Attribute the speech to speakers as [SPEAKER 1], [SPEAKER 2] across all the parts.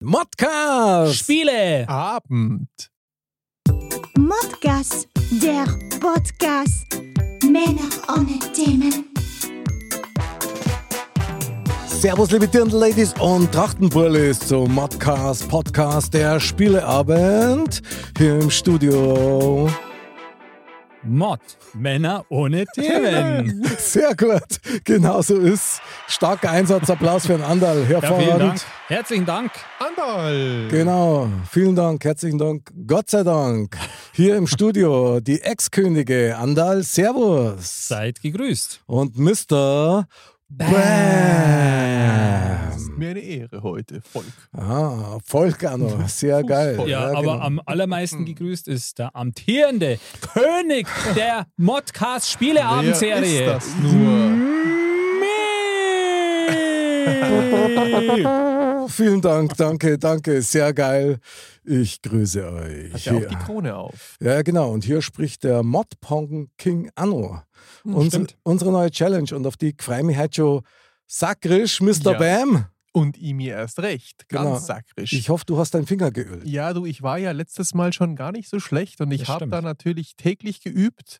[SPEAKER 1] Modcast!
[SPEAKER 2] Spiele!
[SPEAKER 3] Abend.
[SPEAKER 4] Modcast, der Podcast. Männer ohne Themen.
[SPEAKER 1] Servus, liebe Dirndl-Ladies und Trachtenbrüllis zum Modcast Podcast der Spieleabend hier im Studio.
[SPEAKER 2] Mod. Männer ohne Themen.
[SPEAKER 1] Sehr gut, genau so ist. Starker Einsatz, Applaus für den Andal,
[SPEAKER 2] Ja, vielen
[SPEAKER 1] hervorragend.
[SPEAKER 2] Dank. Herzlichen Dank.
[SPEAKER 3] Andal.
[SPEAKER 1] Genau, vielen Dank, herzlichen Dank, Gott sei Dank. Hier im Studio die Ex-Könige Andal, Servus.
[SPEAKER 2] Seid gegrüßt.
[SPEAKER 1] Und Mr. Bam.
[SPEAKER 3] Das ist mir eine Ehre heute, Volk.
[SPEAKER 1] Ah, Volcano, sehr geil.
[SPEAKER 3] Fußball.
[SPEAKER 2] Ja, aber
[SPEAKER 1] genau.
[SPEAKER 2] am allermeisten gegrüßt ist der amtierende König der Modcast Spieleabendserie.
[SPEAKER 3] Wer ist das nur?
[SPEAKER 1] Ah, Vielen Dank, danke, danke, sehr geil. Ich grüße euch.
[SPEAKER 3] Hat ja auch die Krone auf.
[SPEAKER 1] Ja, genau. Und hier spricht der Modpong King Anno. Uns, unsere neue Challenge und auf die freue mich heute schon sakrisch, Mr.
[SPEAKER 3] Ja.
[SPEAKER 1] Bam.
[SPEAKER 3] Und ihm erst recht. Ganz
[SPEAKER 1] Genau.
[SPEAKER 3] sakrisch.
[SPEAKER 1] Ich hoffe, du hast deinen Finger geölt.
[SPEAKER 3] ja, du, ich war ja letztes Mal schon gar nicht so schlecht und ich
[SPEAKER 2] Das
[SPEAKER 3] habe
[SPEAKER 2] stimmt.
[SPEAKER 3] da natürlich täglich geübt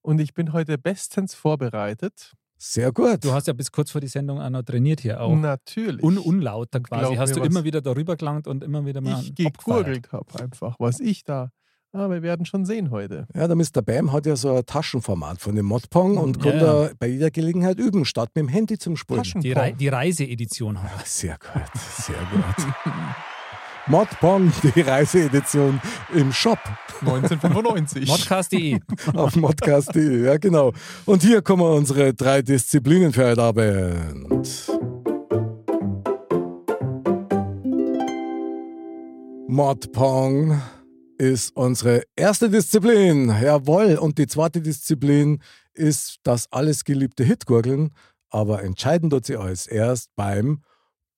[SPEAKER 3] und ich bin heute bestens vorbereitet.
[SPEAKER 1] Sehr gut.
[SPEAKER 2] Du hast ja bis kurz vor die Sendung auch noch trainiert hier auch.
[SPEAKER 3] Natürlich.
[SPEAKER 2] Un unlauter quasi.
[SPEAKER 3] Glaub
[SPEAKER 2] Hast
[SPEAKER 3] mir
[SPEAKER 2] du
[SPEAKER 3] was.
[SPEAKER 2] immer wieder darüber gelangt und immer wieder mal
[SPEAKER 3] ich
[SPEAKER 2] abgefeiert.
[SPEAKER 3] gegurgelt habe einfach, was ich da. Ah, wir werden schon sehen heute.
[SPEAKER 1] ja, der Mr. Bam hat ja so ein Taschenformat von dem Modpong und
[SPEAKER 2] Ja,
[SPEAKER 1] kann
[SPEAKER 2] ja.
[SPEAKER 1] da bei jeder Gelegenheit üben, statt mit dem Handy zum Spielen.
[SPEAKER 3] Taschen-
[SPEAKER 2] Die, Rei die Reiseedition haben.
[SPEAKER 1] Sehr gut, sehr gut. Modpong, die Reiseedition im Shop
[SPEAKER 3] 1995.
[SPEAKER 2] Modcast.de.
[SPEAKER 1] auf modcast.de. Ja, genau. Und hier kommen unsere drei Disziplinen für heute Abend. Modpong ist unsere erste Disziplin. Jawohl. Und die zweite Disziplin ist das alles geliebte Hitgurgeln. Aber entscheiden tut sie alles erst beim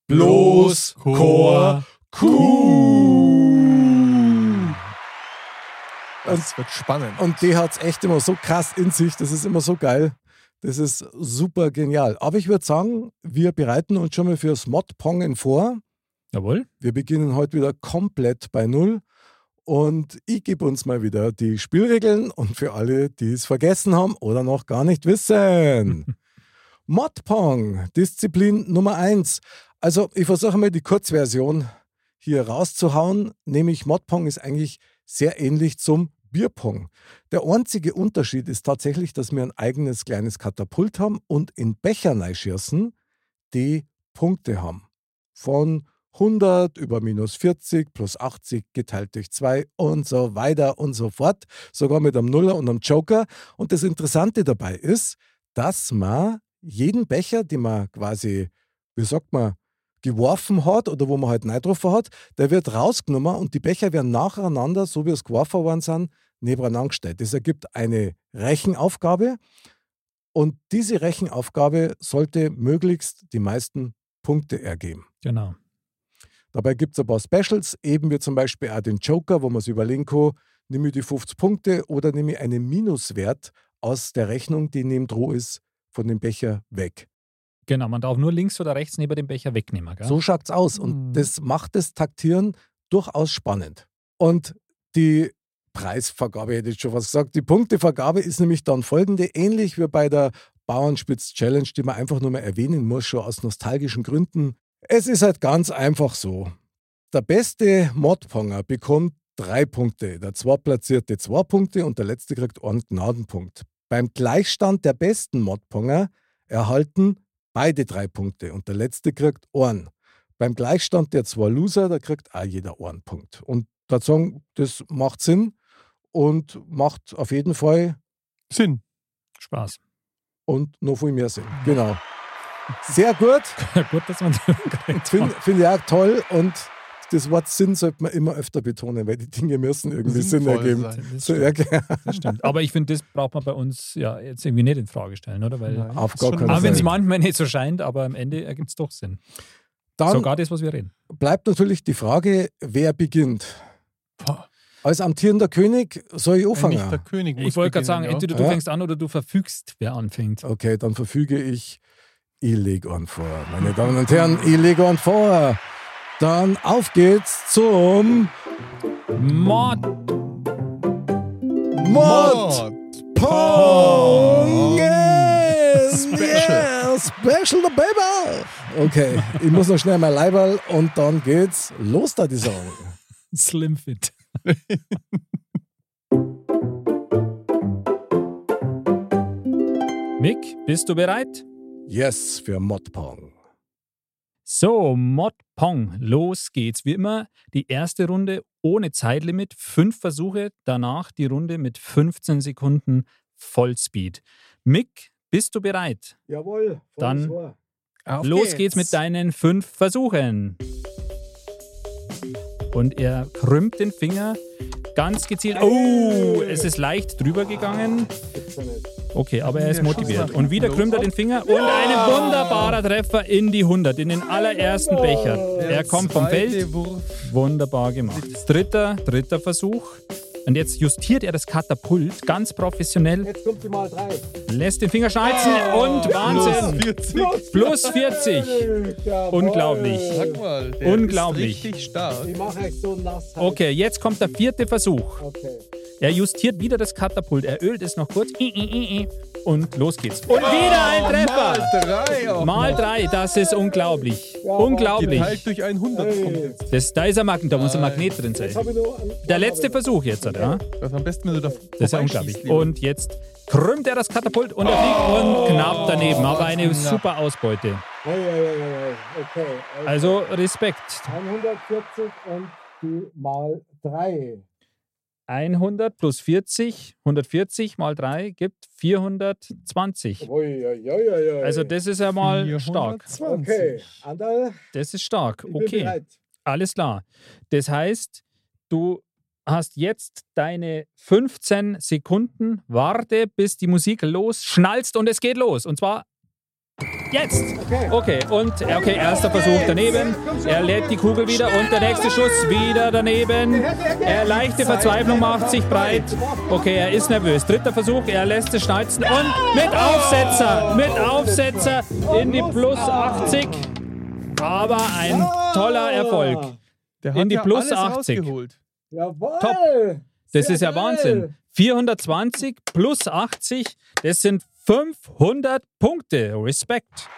[SPEAKER 1] Bloßchor Kuh.
[SPEAKER 3] Das wird spannend.
[SPEAKER 1] Und die hat es echt immer so krass in sich. Das ist immer so geil. Das ist super genial. Aber ich würde sagen, wir bereiten uns schon mal fürs Modpongen vor.
[SPEAKER 2] Jawohl.
[SPEAKER 1] Wir beginnen heute wieder komplett bei Null. Und ich gebe uns mal wieder die Spielregeln und für alle, die es vergessen haben oder noch gar nicht wissen. Modpong, Disziplin Nummer 1. Also ich versuche mal die Kurzversion hier rauszuhauen, nämlich Modpong ist eigentlich sehr ähnlich zum Bierpong. Der einzige Unterschied ist tatsächlich, dass wir ein eigenes kleines Katapult haben und in Becher schießen, die Punkte haben. Von 100 über minus 40 plus 80 geteilt durch 2 und so weiter und so fort. Sogar mit einem Nuller und einem Joker. Und das Interessante dabei ist, dass man jeden Becher, den man quasi, wie sagt man, geworfen hat oder wo man halt nicht getroffen hat, der wird rausgenommen und die Becher werden nacheinander, so wie es geworfen worden sind, nebeneinander gestellt. Das ergibt eine Rechenaufgabe und diese Rechenaufgabe sollte möglichst die meisten Punkte ergeben.
[SPEAKER 2] Genau.
[SPEAKER 1] Dabei gibt es ein paar Specials, eben wie zum Beispiel auch den Joker, wo man sich überlegen kann, nehme ich die 50 Punkte oder nehme ich einen Minuswert aus der Rechnung, die neben Droh ist, von dem Becher weg.
[SPEAKER 2] Genau, man darf nur links oder rechts neben dem Becher wegnehmen. Gell?
[SPEAKER 1] So schaut's aus. Und
[SPEAKER 3] Mhm.
[SPEAKER 1] das macht das Taktieren durchaus spannend. Und die Preisvergabe hätte ich schon was gesagt. Die Punktevergabe ist nämlich dann folgende, ähnlich wie bei der Bauernspitz Challenge, die man einfach nur mal erwähnen muss, schon aus nostalgischen Gründen. Es ist halt ganz einfach so. Der beste Modponger bekommt drei Punkte, der Zweitplatzierte zwei Punkte und der Letzte kriegt einen Gnadenpunkt. Beim Gleichstand der besten Modponger erhalten beide drei Punkte und der Letzte kriegt einen. Beim Gleichstand der zwei Loser, da kriegt auch jeder einen Punkt. Und da sagen, das macht Sinn und macht auf jeden Fall
[SPEAKER 3] Sinn.
[SPEAKER 2] Spaß.
[SPEAKER 1] und noch viel mehr Sinn. Genau. Sehr gut.
[SPEAKER 2] Ja, gut, dass man
[SPEAKER 3] Genau.
[SPEAKER 2] das
[SPEAKER 1] Finde find ich auch toll und das Wort Sinn sollte man immer öfter betonen, weil die Dinge müssen irgendwie Sinn
[SPEAKER 3] Sinnvoll
[SPEAKER 1] ergeben.
[SPEAKER 3] sein.
[SPEAKER 1] So, ja, genau.
[SPEAKER 2] Das stimmt. Aber ich finde, das braucht man bei uns ja jetzt irgendwie nicht in Frage stellen, oder? Weil,
[SPEAKER 3] Nein,
[SPEAKER 1] auf
[SPEAKER 3] ist
[SPEAKER 1] gar
[SPEAKER 3] schon
[SPEAKER 1] keinen
[SPEAKER 2] auch wenn es
[SPEAKER 1] sein.
[SPEAKER 2] manchmal nicht so scheint, aber am Ende ergibt es doch Sinn.
[SPEAKER 1] Dann
[SPEAKER 2] Sogar das, was wir reden.
[SPEAKER 1] bleibt natürlich die Frage, wer beginnt.
[SPEAKER 3] Boah.
[SPEAKER 1] Als amtierender König soll ich
[SPEAKER 3] Wenn Nicht der
[SPEAKER 1] anfangen.
[SPEAKER 3] König muss
[SPEAKER 2] Ich wollte gerade
[SPEAKER 3] beginnen,
[SPEAKER 2] sagen, entweder du
[SPEAKER 1] Ja.
[SPEAKER 2] fängst an oder du verfügst, wer anfängt.
[SPEAKER 1] Okay, dann verfüge ich, ich lege an vor. Meine Damen und Herren, ich lege an vor. Dann auf geht's zum
[SPEAKER 2] Mord.
[SPEAKER 1] Mod Pong Special. Yeah,
[SPEAKER 3] Special.
[SPEAKER 1] special the Baby. Okay, ich muss noch schnell mein Leiberl und dann geht's los da die Song.
[SPEAKER 2] Slim Fit. Mick, bist du bereit?
[SPEAKER 1] Yes für Mod Pong.
[SPEAKER 2] So, Mod Pong, los geht's. Wie immer, die erste Runde ohne Zeitlimit, fünf Versuche, danach die Runde mit 15 Sekunden Vollspeed. Mick, bist du bereit?
[SPEAKER 1] Jawohl.
[SPEAKER 2] Dann-
[SPEAKER 3] Auf
[SPEAKER 2] los geht's. mit deinen fünf Versuchen. Und er krümmt den Finger ganz gezielt. Oh, es ist leicht drüber gegangen. Okay, aber er ist
[SPEAKER 3] Der Schuss
[SPEAKER 2] motiviert.
[SPEAKER 3] nach
[SPEAKER 2] Und wieder
[SPEAKER 3] hinten
[SPEAKER 2] krümmt er den Finger und ein wunderbarer Treffer in die 100, in den allerersten Becher.
[SPEAKER 3] Der
[SPEAKER 2] Er kommt vom
[SPEAKER 3] zweite
[SPEAKER 2] Feld.
[SPEAKER 3] Wurf.
[SPEAKER 2] Wunderbar gemacht. Dritter, dritter Versuch. Und jetzt justiert er das Katapult ganz professionell,
[SPEAKER 1] Jetzt kommt die mal drei.
[SPEAKER 2] lässt den Finger schnalzen und Wahnsinn!
[SPEAKER 3] Plus 40.
[SPEAKER 2] Plus 40! Unglaublich.
[SPEAKER 3] Sag mal, der
[SPEAKER 2] Unglaublich.
[SPEAKER 3] Ist richtig stark.
[SPEAKER 1] Ich mache euch so nass.
[SPEAKER 2] Okay, jetzt kommt der vierte Versuch.
[SPEAKER 1] Okay.
[SPEAKER 2] Er justiert wieder das Katapult, er ölt es noch kurz. I, i, i, i. Und los geht's. Und wieder ein Treffer!
[SPEAKER 3] Mal drei auch
[SPEAKER 2] Mal
[SPEAKER 3] noch.
[SPEAKER 2] drei, das ist unglaublich. Unglaublich.
[SPEAKER 3] Geteilt durch 100 kommt jetzt.
[SPEAKER 2] Das, da ist ein Magnet, da muss ein Magnet drin sein. Der letzte Versuch jetzt, oder?
[SPEAKER 3] Das am besten, wenn du da
[SPEAKER 2] Das ist ja unglaublich. Und jetzt krümmt er das Katapult und er fliegt und knapp daneben. Aber eine
[SPEAKER 3] knapp.
[SPEAKER 2] super Ausbeute.
[SPEAKER 1] Okay.
[SPEAKER 2] Also Respekt.
[SPEAKER 1] 140 und die mal 3.
[SPEAKER 2] 100 plus 40, 140 mal 3 gibt 420. Also das ist ja mal stark.
[SPEAKER 1] Okay, Andal,
[SPEAKER 2] Das ist stark.
[SPEAKER 1] ich bin
[SPEAKER 2] Okay,
[SPEAKER 1] bereit.
[SPEAKER 2] alles klar. Das heißt, du hast jetzt deine 15 Sekunden. Warte, bis die Musik los schnallst und es geht los. Und zwar jetzt.
[SPEAKER 1] Okay.
[SPEAKER 2] Okay, und äh, okay, erster Versuch daneben. Er lädt die Kugel wieder und der nächste Schuss wieder daneben. Er leichte Verzweiflung macht sich breit. Okay, er ist nervös. Dritter Versuch, er lässt es schnalzen und mit Aufsetzer, mit Aufsetzer in die plus 80. Aber ein toller Erfolg.
[SPEAKER 3] Der
[SPEAKER 2] in
[SPEAKER 3] hat
[SPEAKER 2] die
[SPEAKER 3] ja
[SPEAKER 2] plus
[SPEAKER 3] alles
[SPEAKER 2] 80.
[SPEAKER 3] rausgeholt.
[SPEAKER 1] Jawohl.
[SPEAKER 2] Top. Das
[SPEAKER 1] Sehr
[SPEAKER 2] ist ja
[SPEAKER 1] geil.
[SPEAKER 2] Wahnsinn. 420 plus 80, das sind 500 Punkte. Respekt.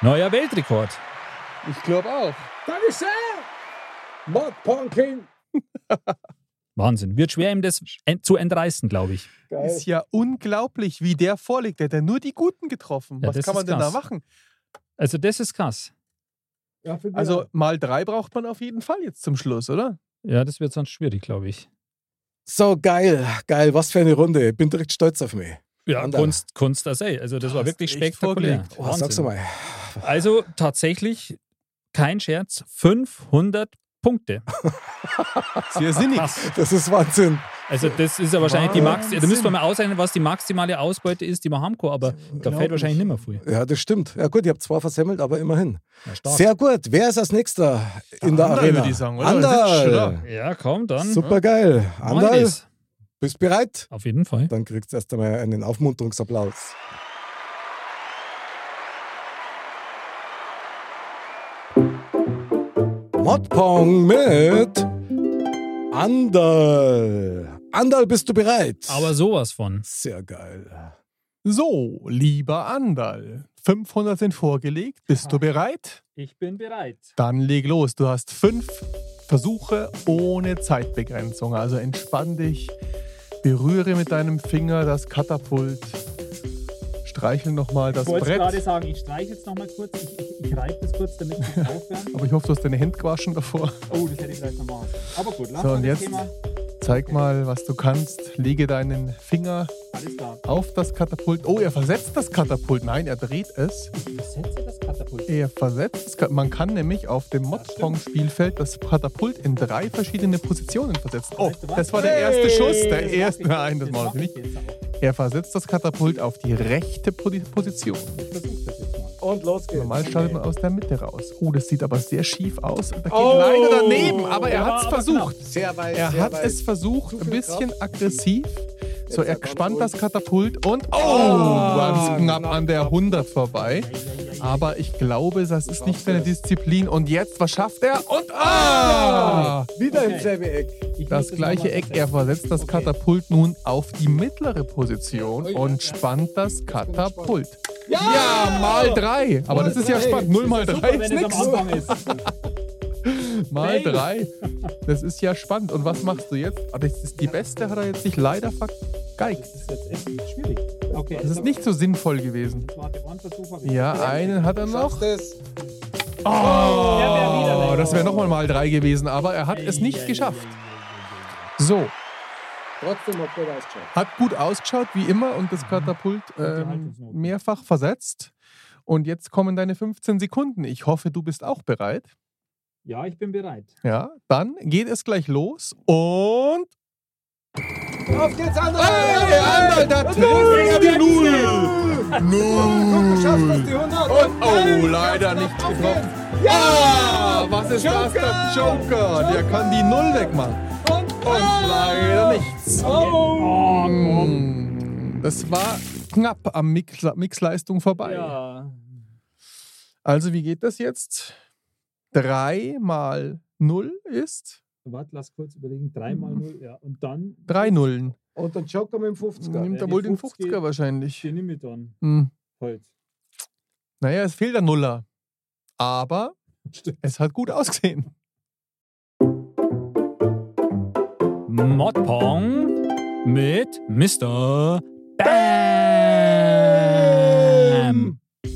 [SPEAKER 2] Neuer Weltrekord.
[SPEAKER 3] Ich glaube auch.
[SPEAKER 1] Dankeschön. Mod Ponking.
[SPEAKER 2] Wahnsinn. Wird schwer, ihm das en- zu entreißen, glaube ich.
[SPEAKER 1] Geil.
[SPEAKER 3] Ist ja unglaublich, wie der vorliegt. Der hat ja nur die Guten getroffen.
[SPEAKER 2] Ja,
[SPEAKER 3] Was
[SPEAKER 2] das
[SPEAKER 3] kann man
[SPEAKER 2] ist
[SPEAKER 3] denn da
[SPEAKER 2] krass.
[SPEAKER 3] machen?
[SPEAKER 2] Also, das ist krass.
[SPEAKER 1] Ja, für die
[SPEAKER 3] Also mal drei braucht man auf jeden Fall jetzt zum Schluss, oder?
[SPEAKER 2] Ja, das wird sonst schwierig, glaube ich.
[SPEAKER 1] so geil, geil, was für eine Runde. Ich bin direkt stolz auf mich.
[SPEAKER 2] Ja,
[SPEAKER 1] Wahnsinn.
[SPEAKER 2] Kunst, Kunst das ey. Also, das
[SPEAKER 3] Du
[SPEAKER 2] war
[SPEAKER 3] hast
[SPEAKER 2] wirklich
[SPEAKER 3] echt
[SPEAKER 2] spektakulär.
[SPEAKER 3] vorgelegt.
[SPEAKER 1] Oh, sag's
[SPEAKER 2] Wahnsinn.
[SPEAKER 1] mal.
[SPEAKER 2] Also, tatsächlich, kein Scherz, 500 Punkte.
[SPEAKER 3] Sehr sinnig.
[SPEAKER 1] Das ist Wahnsinn.
[SPEAKER 2] Also, das ist ja wahrscheinlich die Max. Da
[SPEAKER 3] Wahnsinn.
[SPEAKER 2] müssen wir mal ausrechnen, was die maximale Ausbeute ist, die wir haben können, aber da fällt wahrscheinlich nicht mehr viel.
[SPEAKER 1] Ja, das stimmt. Ja gut, ihr habt zwar versemmelt, aber immerhin.
[SPEAKER 2] Ja, stark.
[SPEAKER 1] Sehr gut. Wer ist als nächster in der
[SPEAKER 3] Anderl,
[SPEAKER 1] Arena?
[SPEAKER 3] würde ich sagen, oder? Das ist schon
[SPEAKER 1] Anderl.
[SPEAKER 3] da.
[SPEAKER 2] Ja, komm, dann. ne?
[SPEAKER 1] Super geil.
[SPEAKER 2] Machen wir
[SPEAKER 1] Andal,
[SPEAKER 2] das.
[SPEAKER 1] bist bereit?
[SPEAKER 2] Auf jeden Fall.
[SPEAKER 1] Dann kriegst du erst einmal einen Aufmunterungsapplaus. Modpong mit Andal. Andal, bist du bereit?
[SPEAKER 2] Aber sowas von.
[SPEAKER 1] Sehr geil.
[SPEAKER 3] So, lieber Andal, 500 sind vorgelegt. Bist du bereit?
[SPEAKER 2] Ich bin bereit.
[SPEAKER 3] Dann leg los. Du hast fünf Versuche ohne Zeitbegrenzung. Also entspann dich, berühre mit deinem Finger das Katapult, streichel nochmal das Brett.
[SPEAKER 2] sagen, ich streiche jetzt nochmal kurz. Ich, ich, reibe das kurz, damit wir aufhören.
[SPEAKER 3] Aber ich hoffe, du hast deine Hände gewaschen davor.
[SPEAKER 2] Oh, das hätte ich gleich nochmal. Aber gut, lass
[SPEAKER 3] So, und jetzt zeig mal, was du kannst. Lege deinen Finger
[SPEAKER 2] Alles klar.
[SPEAKER 3] auf das Katapult. Oh, er versetzt das Katapult. Nein, er dreht es.
[SPEAKER 2] Setze das Katapult.
[SPEAKER 3] Er versetzt das Kat- Man kann nämlich auf dem Modpong-Spielfeld das Katapult in drei verschiedene Positionen versetzen. Oh,
[SPEAKER 2] Weißt du was?
[SPEAKER 3] das war der erste
[SPEAKER 2] Hey, das
[SPEAKER 3] Schuss. Der
[SPEAKER 2] mach ich
[SPEAKER 3] erste.
[SPEAKER 2] jetzt.
[SPEAKER 3] Nein, das macht
[SPEAKER 2] mach
[SPEAKER 3] er
[SPEAKER 2] ich
[SPEAKER 3] nicht.
[SPEAKER 2] jetzt auch.
[SPEAKER 3] Er versetzt das Katapult auf die rechte Po- Position.
[SPEAKER 2] Ich versuch das jetzt mal.
[SPEAKER 1] Und los geht's.
[SPEAKER 3] Normal startet man aus der Mitte raus. Oh, das sieht aber sehr schief aus. Da geht
[SPEAKER 1] Oh!
[SPEAKER 3] leider daneben, aber er
[SPEAKER 2] Ja,
[SPEAKER 3] hat es
[SPEAKER 2] aber
[SPEAKER 3] versucht.
[SPEAKER 1] Sehr weit,
[SPEAKER 3] Er
[SPEAKER 1] sehr
[SPEAKER 3] hat
[SPEAKER 1] weit.
[SPEAKER 3] es versucht,
[SPEAKER 1] Zu
[SPEAKER 3] ein
[SPEAKER 1] viel
[SPEAKER 3] bisschen aggressiv. So, er
[SPEAKER 1] hat er
[SPEAKER 3] spannt
[SPEAKER 1] noch-
[SPEAKER 3] das Katapult und oh,
[SPEAKER 1] Ah,
[SPEAKER 3] war es knapp
[SPEAKER 1] knapp.
[SPEAKER 3] an der 100 vorbei. Aber ich glaube, das ist nicht seine Disziplin. Und jetzt, was schafft er? Und ah!
[SPEAKER 1] Wieder im selben Eck.
[SPEAKER 3] Das gleiche Eck, er versetzt das Katapult nun auf die mittlere Position und spannt das Katapult. Ja, mal drei. Aber das ist ja
[SPEAKER 1] drei.
[SPEAKER 3] spannend. Null mal drei
[SPEAKER 2] Wenn
[SPEAKER 3] ist
[SPEAKER 2] es am
[SPEAKER 3] nix.
[SPEAKER 2] Anfang ist.
[SPEAKER 3] Mal
[SPEAKER 2] Baby.
[SPEAKER 3] drei. Das ist ja spannend. Und was machst du jetzt? Ah, Das ist die beste hat er jetzt sich leider vergeigt.
[SPEAKER 2] Das ist jetzt echt schwierig. Okay, also
[SPEAKER 3] Das ist nicht so sinnvoll gewesen.
[SPEAKER 2] Warte, einen Versuch habe ich.
[SPEAKER 3] Ja, einen hat er noch.
[SPEAKER 1] Schafft es.
[SPEAKER 3] Oh, das wäre nochmal mal drei gewesen, aber er hat es nicht geschafft. So,
[SPEAKER 1] Trotzdem hat gut ausgeschaut.
[SPEAKER 3] hat gut ausgeschaut, wie immer, und das Katapult ähm, mehrfach versetzt. Und jetzt kommen deine 15 Sekunden. Ich hoffe, du bist auch bereit.
[SPEAKER 2] Ja, ich bin bereit.
[SPEAKER 3] Ja, dann geht es gleich los und.
[SPEAKER 1] Auf geht's, André!
[SPEAKER 3] Hey, Anderl, da trifft die Null!
[SPEAKER 1] Guck, du schaffst das, die
[SPEAKER 3] Null!
[SPEAKER 1] 100.
[SPEAKER 3] Und
[SPEAKER 1] Nein,
[SPEAKER 3] oh, leider
[SPEAKER 1] ganz
[SPEAKER 3] nicht
[SPEAKER 1] knapp. Auf
[SPEAKER 3] getroffen.
[SPEAKER 1] geht's.
[SPEAKER 3] Ja! Ah, Was ist das? Der
[SPEAKER 1] Joker! Ah.
[SPEAKER 3] Joker! Der kann die Null wegmachen.
[SPEAKER 1] Und,
[SPEAKER 3] Und leider nichts. Mm.
[SPEAKER 2] Oh, komm.
[SPEAKER 3] Das war knapp am Mix Mixleistung vorbei.
[SPEAKER 2] Ja.
[SPEAKER 3] Also, wie geht das jetzt? 3 mal 0 ist
[SPEAKER 2] Warte, lass kurz überlegen. 3 mal 0, ja. Und dann
[SPEAKER 3] 3 Nullen.
[SPEAKER 1] Und dann Joker mit dem 50er.
[SPEAKER 3] Nimmt
[SPEAKER 2] ja,
[SPEAKER 3] er
[SPEAKER 2] die
[SPEAKER 3] wohl den
[SPEAKER 2] 50
[SPEAKER 3] 50er wahrscheinlich.
[SPEAKER 2] den nehme ich dann
[SPEAKER 3] Hm.
[SPEAKER 2] halt.
[SPEAKER 3] Naja, es fehlt ein Nuller. Aber
[SPEAKER 2] Stimmt.
[SPEAKER 3] es hat gut ausgesehen.
[SPEAKER 2] Modpong mit Mr. Bam. Du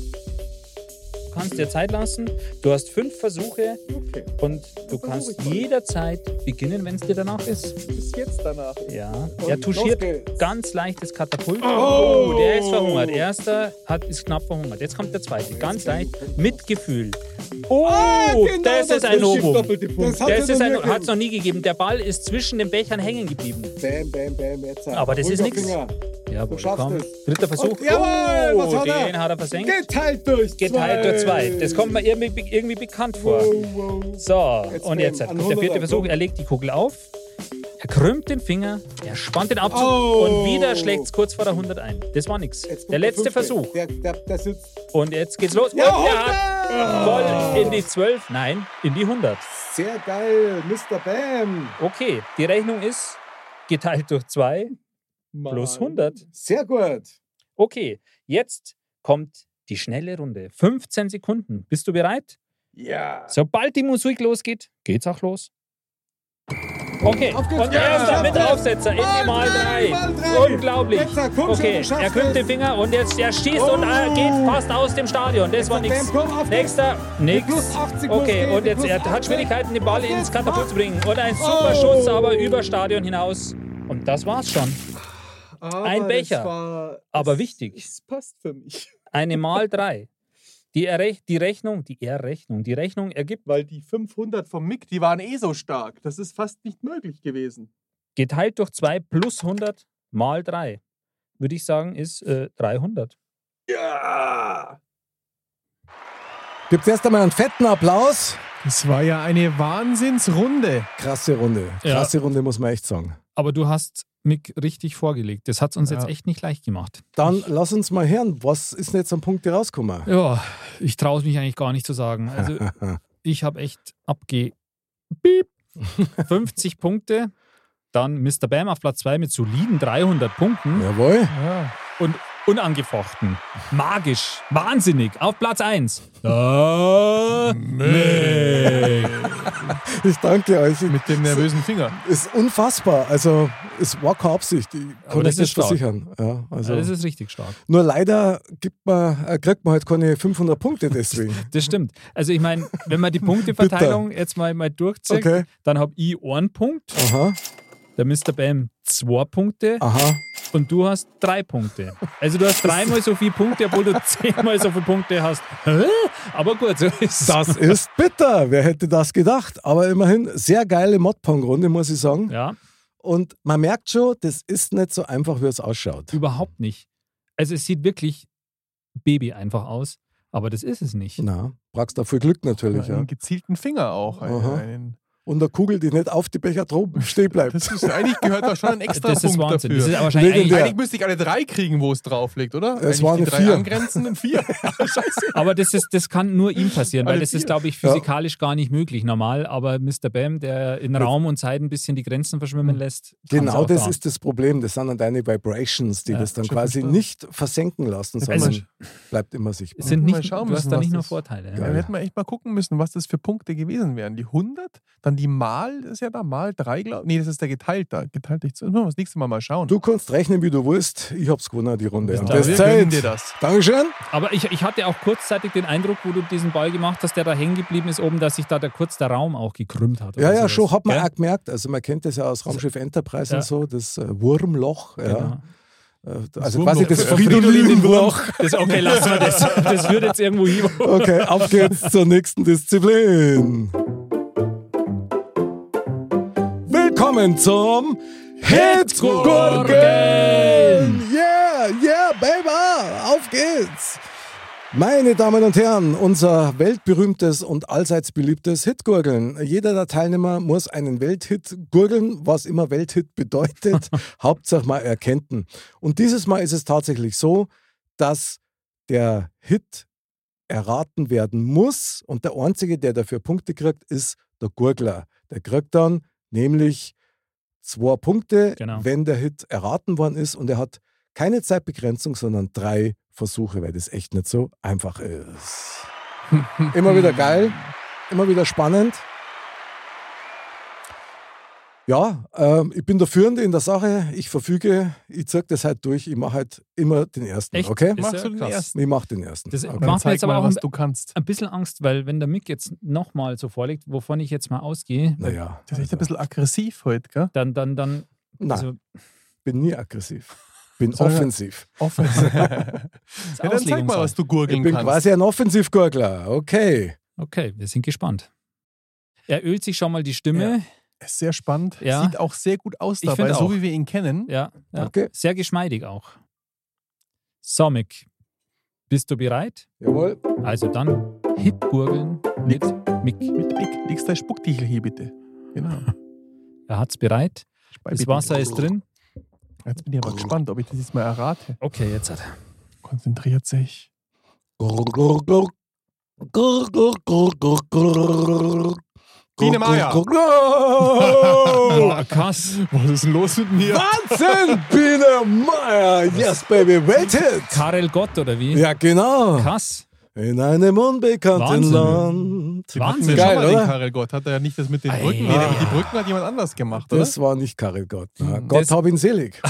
[SPEAKER 2] kannst dir Zeit lassen. Du hast fünf Versuche
[SPEAKER 1] Okay,
[SPEAKER 2] und du
[SPEAKER 1] Versuch
[SPEAKER 2] kannst
[SPEAKER 1] ich mal.
[SPEAKER 2] jederzeit beginnen, wenn es dir danach ist.
[SPEAKER 3] Bis jetzt danach.
[SPEAKER 2] Ja.
[SPEAKER 1] Und
[SPEAKER 2] Er touchiert
[SPEAKER 1] los geht's.
[SPEAKER 2] ganz leichtes Katapult.
[SPEAKER 1] Oh!
[SPEAKER 2] Oh, der ist verhungert. Erster hat, ist knapp verhungert. Jetzt kommt der zweite. Ganz leicht. Mit Gefühl. Oh,
[SPEAKER 1] Ah,
[SPEAKER 2] das ist ein Novum.
[SPEAKER 1] Das hat
[SPEAKER 2] Das
[SPEAKER 1] es
[SPEAKER 2] ist ein,
[SPEAKER 1] ein,
[SPEAKER 2] hat's noch nie gegeben. Der Ball ist zwischen den Bechern hängen geblieben.
[SPEAKER 1] Bam, bam, bam, jetzt.
[SPEAKER 2] Aber das ist nix.
[SPEAKER 1] Finger.
[SPEAKER 2] Jawohl,
[SPEAKER 1] Du schaffst
[SPEAKER 2] komm.
[SPEAKER 1] es.
[SPEAKER 2] Dritter Versuch. Oh,
[SPEAKER 1] Und- jawohl, was hat er?
[SPEAKER 2] den hat er versenkt.
[SPEAKER 1] Geteilt halt durch
[SPEAKER 2] Geteilt
[SPEAKER 1] zwei.
[SPEAKER 2] halt durch zwei. Das kommt mir irgendwie, irgendwie bekannt vor.
[SPEAKER 1] Wow, wow.
[SPEAKER 2] So,
[SPEAKER 1] Jetzt
[SPEAKER 2] und
[SPEAKER 1] bin
[SPEAKER 2] jetzt
[SPEAKER 1] an
[SPEAKER 2] kommt der
[SPEAKER 1] 100er,
[SPEAKER 2] vierte Versuch.
[SPEAKER 1] komm.
[SPEAKER 2] Er legt die Kugel auf. Er krümmt den Finger. Er spannt den Abzug.
[SPEAKER 1] Oh.
[SPEAKER 2] Und wieder schlägt es kurz vor der 100 ein. Das war nix.
[SPEAKER 1] Jetzt kommt
[SPEAKER 2] Der letzte
[SPEAKER 1] fünfte.
[SPEAKER 2] Versuch.
[SPEAKER 1] Der, der, der sitzt
[SPEAKER 2] Und jetzt geht's los.
[SPEAKER 1] Ja,
[SPEAKER 2] und er hat Ah. voll in die 12. Nein, in die 100.
[SPEAKER 1] sehr geil, Mr. Bam.
[SPEAKER 2] Okay, die Rechnung ist geteilt durch zwei plus 100.
[SPEAKER 1] Sehr gut.
[SPEAKER 2] Okay, jetzt kommt die schnelle Runde. 15 Sekunden. Bist du bereit?
[SPEAKER 1] Ja.
[SPEAKER 2] Sobald die Musik losgeht, geht's auch los. Okay,
[SPEAKER 1] Auf geht's.
[SPEAKER 2] und
[SPEAKER 1] Ja,
[SPEAKER 2] erster
[SPEAKER 1] schaff
[SPEAKER 2] mit
[SPEAKER 1] das.
[SPEAKER 2] Aufsetzer in die Mal
[SPEAKER 1] Mal drei,
[SPEAKER 2] 3.
[SPEAKER 1] mal drei.
[SPEAKER 2] Unglaublich.
[SPEAKER 1] Jetzt, komm schon,
[SPEAKER 2] okay,
[SPEAKER 1] du schaffst
[SPEAKER 2] er krümmt
[SPEAKER 1] es.
[SPEAKER 2] den Finger und jetzt er schießt und
[SPEAKER 1] Oh.
[SPEAKER 2] er geht fast aus dem Stadion. Das war
[SPEAKER 1] Mr.
[SPEAKER 2] nichts.
[SPEAKER 1] Bam, komm, auf geht's.
[SPEAKER 2] Nächster, nix.
[SPEAKER 1] plus 80 muss
[SPEAKER 2] okay,
[SPEAKER 1] gehen,
[SPEAKER 2] und
[SPEAKER 1] die
[SPEAKER 2] jetzt
[SPEAKER 1] plus
[SPEAKER 2] er hat
[SPEAKER 1] 80.
[SPEAKER 2] Schwierigkeiten, den Ball
[SPEAKER 1] Auf
[SPEAKER 2] ins
[SPEAKER 1] geht's.
[SPEAKER 2] Katapult
[SPEAKER 1] Ah.
[SPEAKER 2] zu bringen. Und ein super
[SPEAKER 1] Oh.
[SPEAKER 2] Schuss, aber über Stadion hinaus. Und das war's schon.
[SPEAKER 3] Aber
[SPEAKER 2] Ein das Becher.
[SPEAKER 3] War,
[SPEAKER 2] Aber es- wichtig.
[SPEAKER 3] Es passt für mich.
[SPEAKER 2] Eine mal drei. Die, Errech die Rechnung, die Errechnung, die Rechnung ergibt
[SPEAKER 3] Weil die 500 vom Mick, die waren eh so stark. Das ist fast nicht möglich gewesen.
[SPEAKER 2] geteilt halt durch 2 plus 100 mal 3. Würde ich sagen, ist äh, 300.
[SPEAKER 3] Ja!
[SPEAKER 1] Gibt's erst einmal einen fetten Applaus.
[SPEAKER 3] Das war ja eine Wahnsinnsrunde.
[SPEAKER 1] Krasse Runde.
[SPEAKER 5] Ja.
[SPEAKER 1] Krasse Runde, muss man echt sagen.
[SPEAKER 5] Aber du hast Mick richtig vorgelegt. Das hat es uns
[SPEAKER 3] Ja.
[SPEAKER 5] jetzt echt nicht leicht gemacht.
[SPEAKER 1] Dann lass uns mal hören, was ist denn jetzt am Punkt rausgekommen?
[SPEAKER 5] Ja, ich traue es mich eigentlich gar nicht zu sagen. Also ich habe echt abge... Piep. 50 Punkte. Dann Mr. Bam auf Platz 2 mit soliden 300 Punkten
[SPEAKER 1] Jawohl.
[SPEAKER 3] Ja.
[SPEAKER 5] und unangefochten. Magisch. Wahnsinnig. Auf Platz 1. Mick.
[SPEAKER 1] Ich danke euch.
[SPEAKER 3] Mit dem nervösen Finger.
[SPEAKER 1] Ist unfassbar. Also, es war keine Absicht. Ich kann
[SPEAKER 5] Aber
[SPEAKER 1] euch das
[SPEAKER 5] das ist stark.
[SPEAKER 1] versichern. Ja, also.
[SPEAKER 5] Das ist richtig stark.
[SPEAKER 1] Nur leider gibt man, äh, kriegt man halt keine 500 Punkte deswegen.
[SPEAKER 5] Das stimmt. Also ich meine, wenn man die Punkteverteilung jetzt mal, mal durchzieht,
[SPEAKER 1] Okay.
[SPEAKER 5] dann habe ich einen Punkt,
[SPEAKER 1] Aha,
[SPEAKER 5] der Mr. Bam zwei Punkte
[SPEAKER 1] aha.
[SPEAKER 5] und du hast drei Punkte. Also du hast dreimal so viele Punkte, obwohl du zehnmal so viele Punkte hast. Hä? Aber gut, so ist es.
[SPEAKER 1] Das ist bitter. Wer hätte das gedacht? Aber immerhin sehr geile Modpong-Runde, muss ich sagen.
[SPEAKER 5] Ja,
[SPEAKER 1] Und man merkt schon, das ist nicht so einfach, wie es ausschaut.
[SPEAKER 5] überhaupt nicht. Also es sieht wirklich Baby einfach aus.
[SPEAKER 2] Aber das ist es nicht.
[SPEAKER 5] Na, brauchst dafür Glück natürlich. Ja.
[SPEAKER 3] Einen gezielten Finger auch. Einen,
[SPEAKER 5] Aha.
[SPEAKER 3] einen,
[SPEAKER 5] Und eine Kugel, die nicht auf die Becher droben stehen bleibt.
[SPEAKER 3] das ist eigentlich gehört da schon ein extra
[SPEAKER 2] Das ist
[SPEAKER 3] Punkt
[SPEAKER 2] Wahnsinn.
[SPEAKER 3] dafür.
[SPEAKER 2] Das ist aber wahrscheinlich
[SPEAKER 5] Legendär.
[SPEAKER 2] eigentlich,
[SPEAKER 3] eigentlich müsste ich alle drei kriegen, wo es drauf liegt, oder?
[SPEAKER 5] Es
[SPEAKER 3] Wenn
[SPEAKER 5] waren
[SPEAKER 3] ich die drei
[SPEAKER 5] vier.
[SPEAKER 3] angrenzenden vier. Scheiße.
[SPEAKER 2] aber das, ist, das kann nur ihm passieren, weil
[SPEAKER 3] Alle
[SPEAKER 2] das ist,
[SPEAKER 3] vier.
[SPEAKER 2] glaube ich,
[SPEAKER 5] Ja.
[SPEAKER 2] physikalisch gar nicht möglich normal. Aber Mr. Bam, der in Raum und Zeit ein bisschen die Grenzen verschwimmen lässt, kann's
[SPEAKER 5] Genau
[SPEAKER 2] auch
[SPEAKER 5] das
[SPEAKER 2] da.
[SPEAKER 5] ist das Problem. Das sind dann deine Vibrations, die
[SPEAKER 2] Ja,
[SPEAKER 5] das dann
[SPEAKER 3] schon
[SPEAKER 5] quasi
[SPEAKER 3] verstanden.
[SPEAKER 5] nicht versenken lassen, sondern
[SPEAKER 2] Also-
[SPEAKER 5] bleibt immer sichtbar.
[SPEAKER 2] Es sind
[SPEAKER 3] Mal
[SPEAKER 2] nicht,
[SPEAKER 3] schauen
[SPEAKER 2] du hast
[SPEAKER 3] müssen,
[SPEAKER 2] da
[SPEAKER 3] was
[SPEAKER 2] nicht nur
[SPEAKER 3] das-
[SPEAKER 2] Vorteile.
[SPEAKER 5] Ja.
[SPEAKER 3] Dann hätten wir echt mal gucken müssen, was das für Punkte gewesen wären. Die 100, dann die Mal, das ist ja da Mal 3, glaube ich. Nee, das ist der geteilt da. Geteilt nicht zu. Müssen wir das nächste Mal mal schauen.
[SPEAKER 5] Du kannst rechnen, wie du willst. Ich hab's gewonnen, die Runde.
[SPEAKER 2] Bis
[SPEAKER 5] Und
[SPEAKER 2] dann.
[SPEAKER 5] das
[SPEAKER 3] wir gönnen
[SPEAKER 5] zählt.
[SPEAKER 3] dir das.
[SPEAKER 5] Dankeschön.
[SPEAKER 2] Aber ich, ich hatte auch kurzzeitig den Eindruck, wo du diesen Ball gemacht hast, der da hängen geblieben ist oben, dass sich da der, kurz der Raum auch gekrümmt hat.
[SPEAKER 5] Ja,
[SPEAKER 2] oder
[SPEAKER 5] ja,
[SPEAKER 2] sowas.
[SPEAKER 5] schon hat man
[SPEAKER 2] Gell?
[SPEAKER 5] auch gemerkt. Also man kennt das ja aus Raumschiff Enterprise
[SPEAKER 2] Ja.
[SPEAKER 5] und so, das äh, Wurmloch. Ja.
[SPEAKER 2] Genau.
[SPEAKER 5] Äh, Also
[SPEAKER 3] Wurmloch.
[SPEAKER 5] quasi das
[SPEAKER 3] Äh,
[SPEAKER 5] Fridolin-Wurmloch.
[SPEAKER 2] Das, okay, lassen wir das. Das würde jetzt irgendwo hin.
[SPEAKER 5] Okay, auf geht's zur nächsten Disziplin. Willkommen zum Hitzgurken! Yeah, yeah, baby! Auf geht's! Meine Damen und Herren, unser weltberühmtes und allseits beliebtes Hitgurgeln. Jeder der Teilnehmer muss einen Welthit gurgeln, was immer Welthit bedeutet. Hauptsache mal erkennen. Und dieses Mal ist es tatsächlich so, dass der Hit erraten werden muss und der einzige, der dafür Punkte kriegt, ist der Gurgler. Der kriegt dann nämlich zwei Punkte,
[SPEAKER 2] Genau.
[SPEAKER 5] wenn der Hit erraten worden ist und er hat keine Zeitbegrenzung, sondern drei Versuche, weil das echt nicht so einfach ist. immer wieder geil, immer wieder spannend. Ja, ähm, ich bin der Führende in der Sache. Ich verfüge, ich zeig das halt durch. Ich mache halt immer den ersten,
[SPEAKER 2] Echt?
[SPEAKER 5] okay?
[SPEAKER 2] Ist
[SPEAKER 3] Machst
[SPEAKER 2] ja
[SPEAKER 3] du den
[SPEAKER 2] krass.
[SPEAKER 3] ersten?
[SPEAKER 5] Ich mache den ersten.
[SPEAKER 2] Das
[SPEAKER 5] okay.
[SPEAKER 2] macht mir
[SPEAKER 3] Dann zeig
[SPEAKER 2] jetzt aber
[SPEAKER 3] mal,
[SPEAKER 2] auch
[SPEAKER 3] was
[SPEAKER 2] ein-
[SPEAKER 3] du kannst.
[SPEAKER 2] Ein bisschen Angst, weil wenn der Mick jetzt nochmal so vorliegt, wovon ich jetzt mal ausgehe,
[SPEAKER 5] Naja, also,
[SPEAKER 3] Das
[SPEAKER 2] Also.
[SPEAKER 3] ist echt ein bisschen aggressiv heute, gell?
[SPEAKER 2] dann, dann, dann,
[SPEAKER 5] nein,
[SPEAKER 2] also
[SPEAKER 5] bin nie aggressiv. Bin
[SPEAKER 3] Soll er-
[SPEAKER 5] offensiv.
[SPEAKER 3] Offen. ja,
[SPEAKER 2] das
[SPEAKER 3] dann zeig mal, was du
[SPEAKER 5] Ich
[SPEAKER 3] gurgeln
[SPEAKER 5] bin
[SPEAKER 3] kannst.
[SPEAKER 5] quasi ein Offensivgurgler. Okay.
[SPEAKER 2] Okay, wir sind gespannt. Er ölt sich schon mal die Stimme.
[SPEAKER 3] Ist sehr spannend.
[SPEAKER 2] Ja.
[SPEAKER 3] Sieht auch sehr gut aus
[SPEAKER 2] Ich
[SPEAKER 3] dabei,
[SPEAKER 2] find
[SPEAKER 3] so
[SPEAKER 2] auch.
[SPEAKER 3] wie wir ihn kennen.
[SPEAKER 2] Ja, ja.
[SPEAKER 5] Okay.
[SPEAKER 2] sehr geschmeidig auch. So, Mick, bist du bereit?
[SPEAKER 5] Jawohl.
[SPEAKER 2] Also dann Hitgurgeln mit Mick.
[SPEAKER 3] Mit Blick. Legst dein Spucktichel hier bitte. Genau.
[SPEAKER 2] Er hat's bereit. Das Wasser ist drin.
[SPEAKER 3] Jetzt bin ich aber gespannt, ob ich das jetzt mal errate.
[SPEAKER 2] Okay, jetzt hat er.
[SPEAKER 3] Konzentriert sich.
[SPEAKER 5] Grrr, grrr, grrr. Grrr, grrr, grrr, grrr, grrr.
[SPEAKER 3] Biene Maya.
[SPEAKER 5] Grrr, grrr, grrr.
[SPEAKER 3] Oh.
[SPEAKER 2] Boah, Ah, krass.
[SPEAKER 3] Was ist denn los mit mir?
[SPEAKER 5] Wahnsinn, Biene Meier. Yes, baby, waited.
[SPEAKER 2] Karel Gott oder wie?
[SPEAKER 5] Ja, genau.
[SPEAKER 2] Krass.
[SPEAKER 5] In einem unbekannten
[SPEAKER 2] Wahnsinn.
[SPEAKER 5] Land.
[SPEAKER 2] Wahnsinn.
[SPEAKER 3] Geil,
[SPEAKER 5] Geil,
[SPEAKER 3] schon mal
[SPEAKER 5] oder?
[SPEAKER 3] den Karel Gott. Hat er ja nicht das mit den
[SPEAKER 2] Ei,
[SPEAKER 3] Brücken.
[SPEAKER 2] ja.
[SPEAKER 3] Die Brücken hat jemand anders gemacht, oder? Mhm.
[SPEAKER 5] Das war nicht Karel Gott. Na,
[SPEAKER 2] Hm,
[SPEAKER 5] Gott
[SPEAKER 2] das-
[SPEAKER 5] hab ihn selig.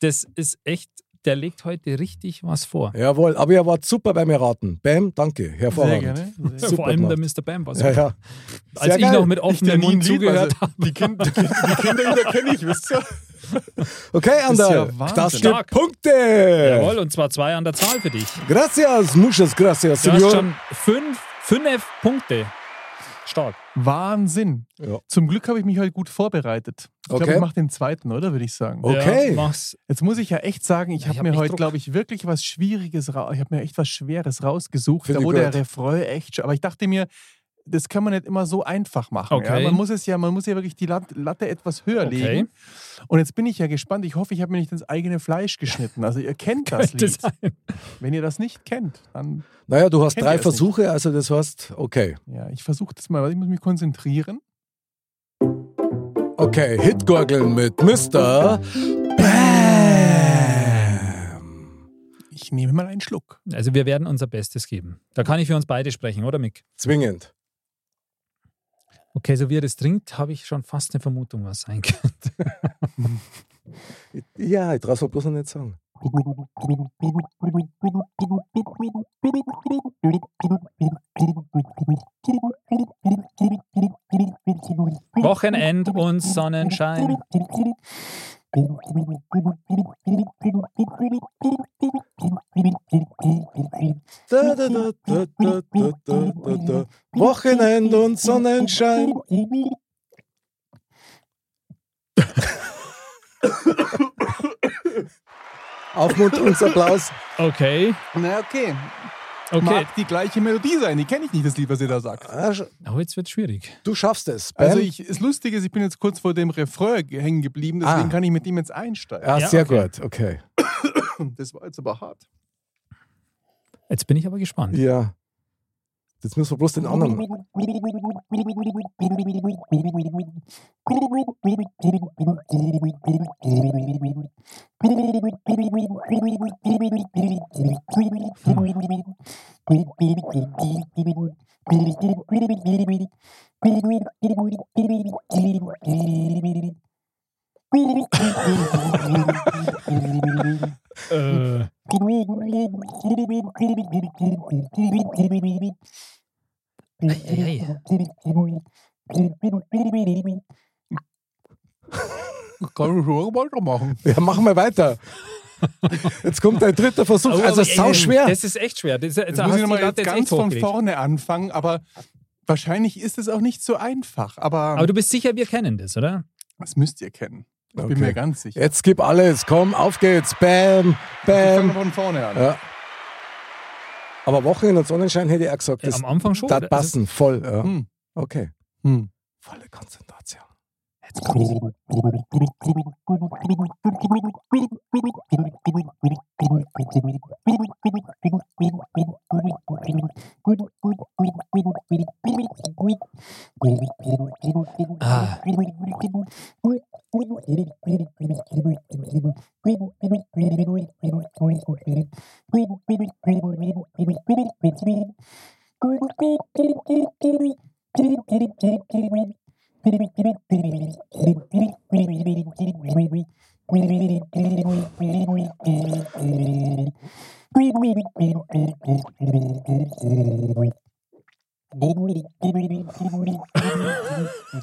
[SPEAKER 2] Das ist echt, der legt heute richtig was vor.
[SPEAKER 5] Jawohl, aber ihr wart super beim Erraten. Bam, danke. Hervorragend.
[SPEAKER 3] Sehr gerne. Sehr
[SPEAKER 5] Super
[SPEAKER 2] Vor allem
[SPEAKER 5] gemacht.
[SPEAKER 2] der Mr. Bam war
[SPEAKER 5] Ja,
[SPEAKER 2] super.
[SPEAKER 5] ja.
[SPEAKER 2] Als ich
[SPEAKER 5] geil.
[SPEAKER 2] noch mit
[SPEAKER 3] Ich, der
[SPEAKER 2] offenem
[SPEAKER 3] nie ein
[SPEAKER 2] Mund
[SPEAKER 3] Lied,
[SPEAKER 2] zugehört
[SPEAKER 3] also, Die, kind, die, Kind- die Kinder wieder kenne ich, wisst ihr?
[SPEAKER 5] Okay,
[SPEAKER 3] ja
[SPEAKER 5] Ander,
[SPEAKER 3] Wahnsinn.
[SPEAKER 5] das gibt
[SPEAKER 2] Stark.
[SPEAKER 5] Punkte. Äh.
[SPEAKER 2] habe. Jawohl, und zwar zwei an der Zahl für dich.
[SPEAKER 5] Gracias, muchas gracias,
[SPEAKER 2] Du hast
[SPEAKER 5] senor.
[SPEAKER 2] schon fünf, fünf Punkte. Stark.
[SPEAKER 3] Wahnsinn.
[SPEAKER 5] Ja.
[SPEAKER 3] Zum Glück habe ich mich heute gut vorbereitet. Ich glaube,
[SPEAKER 5] Okay. Oh,
[SPEAKER 3] ich mache den zweiten, oder? Würde ich sagen.
[SPEAKER 5] Okay.
[SPEAKER 2] Ja, mach's.
[SPEAKER 3] Jetzt muss ich ja echt sagen, ich
[SPEAKER 2] Ja,
[SPEAKER 3] habe
[SPEAKER 2] ich hab
[SPEAKER 3] mir
[SPEAKER 2] echt
[SPEAKER 3] heute,
[SPEAKER 2] Druck.
[SPEAKER 3] glaube ich, wirklich was Schwieriges raus. Ich habe mir echt was Schweres rausgesucht.
[SPEAKER 5] Find
[SPEAKER 3] da
[SPEAKER 5] ich
[SPEAKER 3] wurde
[SPEAKER 5] gut.
[SPEAKER 3] der Refrain echt. sch- Aber ich dachte mir, das kann man nicht immer so einfach machen.
[SPEAKER 2] Okay.
[SPEAKER 3] Ja? Man muss es ja, man muss ja wirklich die Lat- Latte etwas höher
[SPEAKER 2] Okay.
[SPEAKER 3] legen. Und jetzt bin ich ja gespannt. Ich hoffe, ich habe mir nicht ins eigene Fleisch geschnitten. Also ihr kennt das
[SPEAKER 2] Könnte
[SPEAKER 3] Lied.
[SPEAKER 2] sein.
[SPEAKER 3] Wenn ihr das nicht kennt, dann
[SPEAKER 5] Naja, du hast
[SPEAKER 3] Kennt ihr
[SPEAKER 5] drei
[SPEAKER 3] es nicht?
[SPEAKER 5] Versuche, also das heißt, okay.
[SPEAKER 3] ja, ich versuche das mal. Ich muss mich konzentrieren.
[SPEAKER 5] Okay, Hitgurgeln mit Mr. Bam.
[SPEAKER 3] Ich nehme mal einen Schluck.
[SPEAKER 2] Also wir werden unser Bestes geben. Da kann ich für uns beide sprechen, oder Mick?
[SPEAKER 5] Zwingend.
[SPEAKER 2] Okay, so wie er das trinkt, habe ich schon fast eine Vermutung, was sein könnte.
[SPEAKER 5] Ja, ich traue mir bloß noch nicht sagen.
[SPEAKER 2] Wochenend und Sonnenschein.
[SPEAKER 5] Da, da, da, da, da, da, da, da, da. Wochenend und Sonnenschein. Aufmuntern und Applaus.
[SPEAKER 2] Okay.
[SPEAKER 3] Na okay.
[SPEAKER 2] Okay.
[SPEAKER 3] mag die gleiche Melodie sein. Die kenne ich nicht, das Lied, was ihr da sagt.
[SPEAKER 5] Ah, sch-
[SPEAKER 2] Oh, jetzt wird schwierig.
[SPEAKER 5] Du schaffst es. Bam.
[SPEAKER 3] Also ich, das Lustige ist, ich bin jetzt kurz vor dem Refrain ge- hängen geblieben, deswegen
[SPEAKER 5] Ah.
[SPEAKER 3] kann ich mit ihm jetzt einsteigen.
[SPEAKER 5] ja,
[SPEAKER 2] Ja,
[SPEAKER 5] Ah, sehr
[SPEAKER 2] okay.
[SPEAKER 5] gut. Okay.
[SPEAKER 3] Das war jetzt aber hart.
[SPEAKER 2] Jetzt bin ich aber gespannt.
[SPEAKER 5] Ja. Jetzt müssen wir bloß den anderen.
[SPEAKER 2] Äh, ei,
[SPEAKER 3] Kann ich schon weitermachen.
[SPEAKER 5] Ja, machen wir weiter. Jetzt kommt dein dritter Versuch.
[SPEAKER 2] Oh,
[SPEAKER 5] also
[SPEAKER 2] aber, ey,
[SPEAKER 5] sau schwer.
[SPEAKER 2] Das ist echt schwer. Das,
[SPEAKER 3] Jetzt
[SPEAKER 2] da
[SPEAKER 3] muss
[SPEAKER 2] hast
[SPEAKER 3] ich
[SPEAKER 2] du
[SPEAKER 3] nochmal
[SPEAKER 2] die Latte
[SPEAKER 3] jetzt
[SPEAKER 2] jetzt
[SPEAKER 3] ganz
[SPEAKER 2] echt
[SPEAKER 3] von
[SPEAKER 2] hochgelegt.
[SPEAKER 3] vorne anfangen, aber wahrscheinlich ist es auch nicht so einfach. Aber,
[SPEAKER 2] Aber du bist sicher, wir kennen das, oder?
[SPEAKER 3] das müsst ihr kennen. Ich
[SPEAKER 5] Okay.
[SPEAKER 3] bin mir ganz sicher.
[SPEAKER 5] Jetzt gib alles. Komm, auf geht's. Bam,
[SPEAKER 3] Wir fangen
[SPEAKER 5] bam.
[SPEAKER 3] von vorne an.
[SPEAKER 5] Ja. Aber Wochenende und Sonnenschein hätte ich auch gesagt,
[SPEAKER 2] Ja,
[SPEAKER 5] das,
[SPEAKER 2] Äh, am Anfang schon. ne?
[SPEAKER 5] das
[SPEAKER 2] oder? Also,
[SPEAKER 5] passen voll. Ja.
[SPEAKER 3] Hm.
[SPEAKER 5] Okay.
[SPEAKER 3] Hm.
[SPEAKER 5] Volle Konzentration.
[SPEAKER 2] Ah.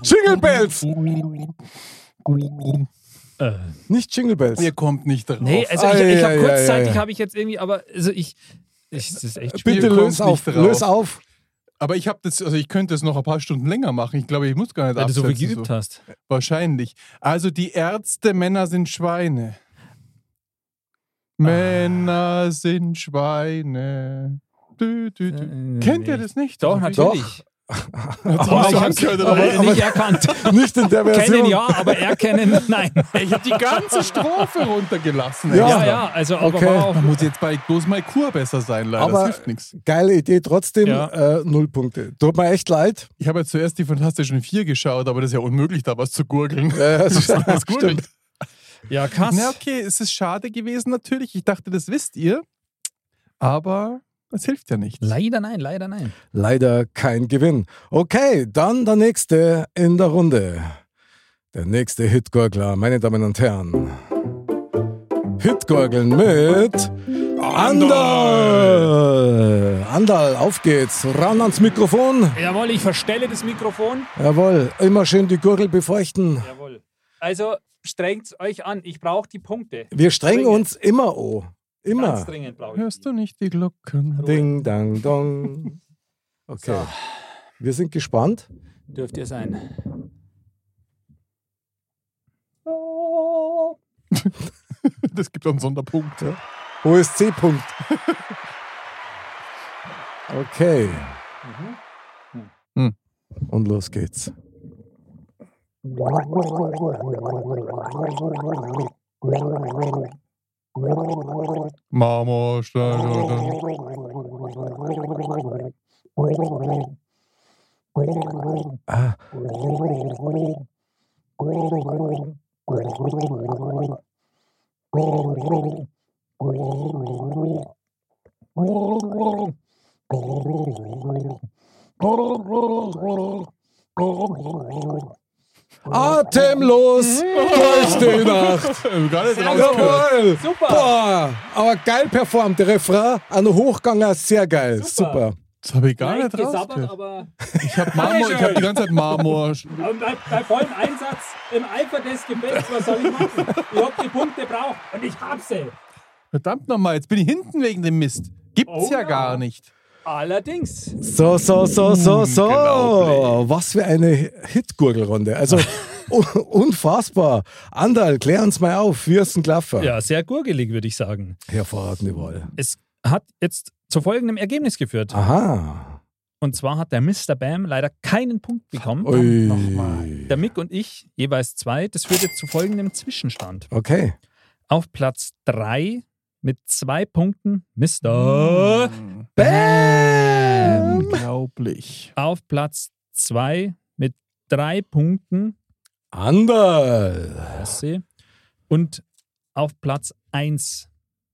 [SPEAKER 5] Jingle Bells!
[SPEAKER 2] Äh,
[SPEAKER 5] Nicht Jingle Bells.
[SPEAKER 3] Ihr kommt nicht drauf.
[SPEAKER 2] nee, also ich, ich habe
[SPEAKER 5] Ei, ei, ei,
[SPEAKER 2] kurzzeitig
[SPEAKER 5] ei.
[SPEAKER 2] habe ich jetzt irgendwie, aber also ich, ich das ist echt schwierig.
[SPEAKER 5] Bitte
[SPEAKER 3] Ihr kommt
[SPEAKER 5] löse auf.
[SPEAKER 3] nicht drauf.
[SPEAKER 5] Löse auf.
[SPEAKER 3] Aber ich habe das, also ich könnte das noch ein paar Stunden länger machen. Ich glaube, ich muss gar nicht
[SPEAKER 2] Weil du so viel
[SPEAKER 3] absetzen,
[SPEAKER 2] geübt hast.
[SPEAKER 3] Wahrscheinlich. Also die Ärzte, Männer sind Schweine. Männer sind Schweine. Dü, dü, dü.
[SPEAKER 2] Äh,
[SPEAKER 3] Kennt
[SPEAKER 2] nee.
[SPEAKER 3] ihr das nicht? Also
[SPEAKER 2] Doch,
[SPEAKER 3] Das
[SPEAKER 2] natürlich.
[SPEAKER 3] hab ich
[SPEAKER 2] Aber ich
[SPEAKER 3] auch
[SPEAKER 2] hab's
[SPEAKER 3] gehört,
[SPEAKER 2] aber
[SPEAKER 3] aber-
[SPEAKER 2] nicht erkannt.
[SPEAKER 5] Nicht in der Version.
[SPEAKER 2] Kennen ja, aber erkennen nein.
[SPEAKER 3] Ich habe die ganze Strophe runtergelassen.
[SPEAKER 5] Ja.
[SPEAKER 2] Ja,
[SPEAKER 3] extra.
[SPEAKER 2] ja, also aber
[SPEAKER 5] Okay.
[SPEAKER 2] war auch
[SPEAKER 3] Da muss jetzt bei bloß mal Kur besser sein, leider.
[SPEAKER 5] Aber-
[SPEAKER 3] das hilft nichts.
[SPEAKER 5] Geile Idee, trotzdem
[SPEAKER 2] Ja.
[SPEAKER 5] äh, null Punkte. Tut mir echt leid.
[SPEAKER 3] Ich habe ja zuerst die Fantastischen Vier geschaut, aber das ist ja unmöglich, da was zu gurgeln.
[SPEAKER 5] Äh,
[SPEAKER 3] Das gurgelt.
[SPEAKER 5] stimmt.
[SPEAKER 2] Ja, krass.
[SPEAKER 3] Na okay, es ist schade gewesen natürlich. Ich dachte, das wisst ihr. Aber es hilft ja nicht.
[SPEAKER 2] Leider nein, leider nein.
[SPEAKER 5] Leider kein Gewinn. Okay, dann der nächste in der Runde. Der nächste Hitgurgler, meine Damen und Herren. Hitgurgeln mit Andal. Andal, auf geht's. Ran ans Mikrofon.
[SPEAKER 2] Jawohl, ich verstelle das Mikrofon.
[SPEAKER 5] Jawohl, immer schön die Gurgel befeuchten.
[SPEAKER 2] Jawohl. Also strengt euch an. Ich brauche die Punkte.
[SPEAKER 5] Wir strengen
[SPEAKER 2] Dringend.
[SPEAKER 5] uns immer oh.
[SPEAKER 2] Ganz
[SPEAKER 5] Immer.
[SPEAKER 2] dringend brauche ich.
[SPEAKER 3] Hörst
[SPEAKER 2] die.
[SPEAKER 3] du nicht die Glocken?
[SPEAKER 5] Ding, dang, dong. Okay.
[SPEAKER 2] So.
[SPEAKER 5] Wir sind gespannt.
[SPEAKER 2] Dürft ihr sein.
[SPEAKER 3] Das gibt einen Sonderpunkt. Ja.
[SPEAKER 5] Hohes C-Punkt. Okay.
[SPEAKER 3] Hm.
[SPEAKER 5] Und los geht's.
[SPEAKER 3] Marmorstein.
[SPEAKER 5] Ah, atemlos durch die Nacht.
[SPEAKER 3] Gar nicht rausgehört.
[SPEAKER 5] Jawohl.
[SPEAKER 2] Super.
[SPEAKER 5] Boah, aber geil performt. Der Refrain an den Hochganger, sehr geil.
[SPEAKER 2] Super.
[SPEAKER 5] Super.
[SPEAKER 3] Das habe ich gar
[SPEAKER 2] Leicht
[SPEAKER 3] nicht
[SPEAKER 2] gesabbert,
[SPEAKER 3] rausgehört.
[SPEAKER 2] aber
[SPEAKER 3] Ich habe Marmor, ich habe die ganze Zeit Marmor.
[SPEAKER 2] aber bei, bei vollem Einsatz im Eifer des Gefechts, was soll ich machen? Ich hab die Punkte braucht und ich hab sie.
[SPEAKER 3] Verdammt nochmal, jetzt bin ich hinten wegen dem Mist. Gibt's
[SPEAKER 2] Oh
[SPEAKER 3] ja,
[SPEAKER 2] ja.
[SPEAKER 3] gar nicht.
[SPEAKER 2] Allerdings.
[SPEAKER 5] So, so, so, so, so.
[SPEAKER 3] Unglaublich.
[SPEAKER 5] Was für eine Hitgurgelrunde. Also un- unfassbar. Andal, klär uns mal auf. Wir sind Klaffer.
[SPEAKER 2] Ja, sehr gurgelig, würde ich sagen.
[SPEAKER 5] Hervorragende Wahl.
[SPEAKER 2] Es hat jetzt zu folgendem Ergebnis geführt.
[SPEAKER 5] Aha.
[SPEAKER 2] Und zwar hat der Mr. Bam leider keinen Punkt bekommen.
[SPEAKER 5] Ui.
[SPEAKER 3] nochmal.
[SPEAKER 2] Der Mick und ich jeweils zwei. Das führte zu folgendem Zwischenstand.
[SPEAKER 5] Okay.
[SPEAKER 2] Auf Platz drei mit zwei Punkten Mr. Hm.
[SPEAKER 5] Ähm,
[SPEAKER 2] Bam.
[SPEAKER 3] Unglaublich.
[SPEAKER 2] Auf Platz zwei mit drei Punkten
[SPEAKER 5] Anderl.
[SPEAKER 2] Ossi. Und auf Platz eins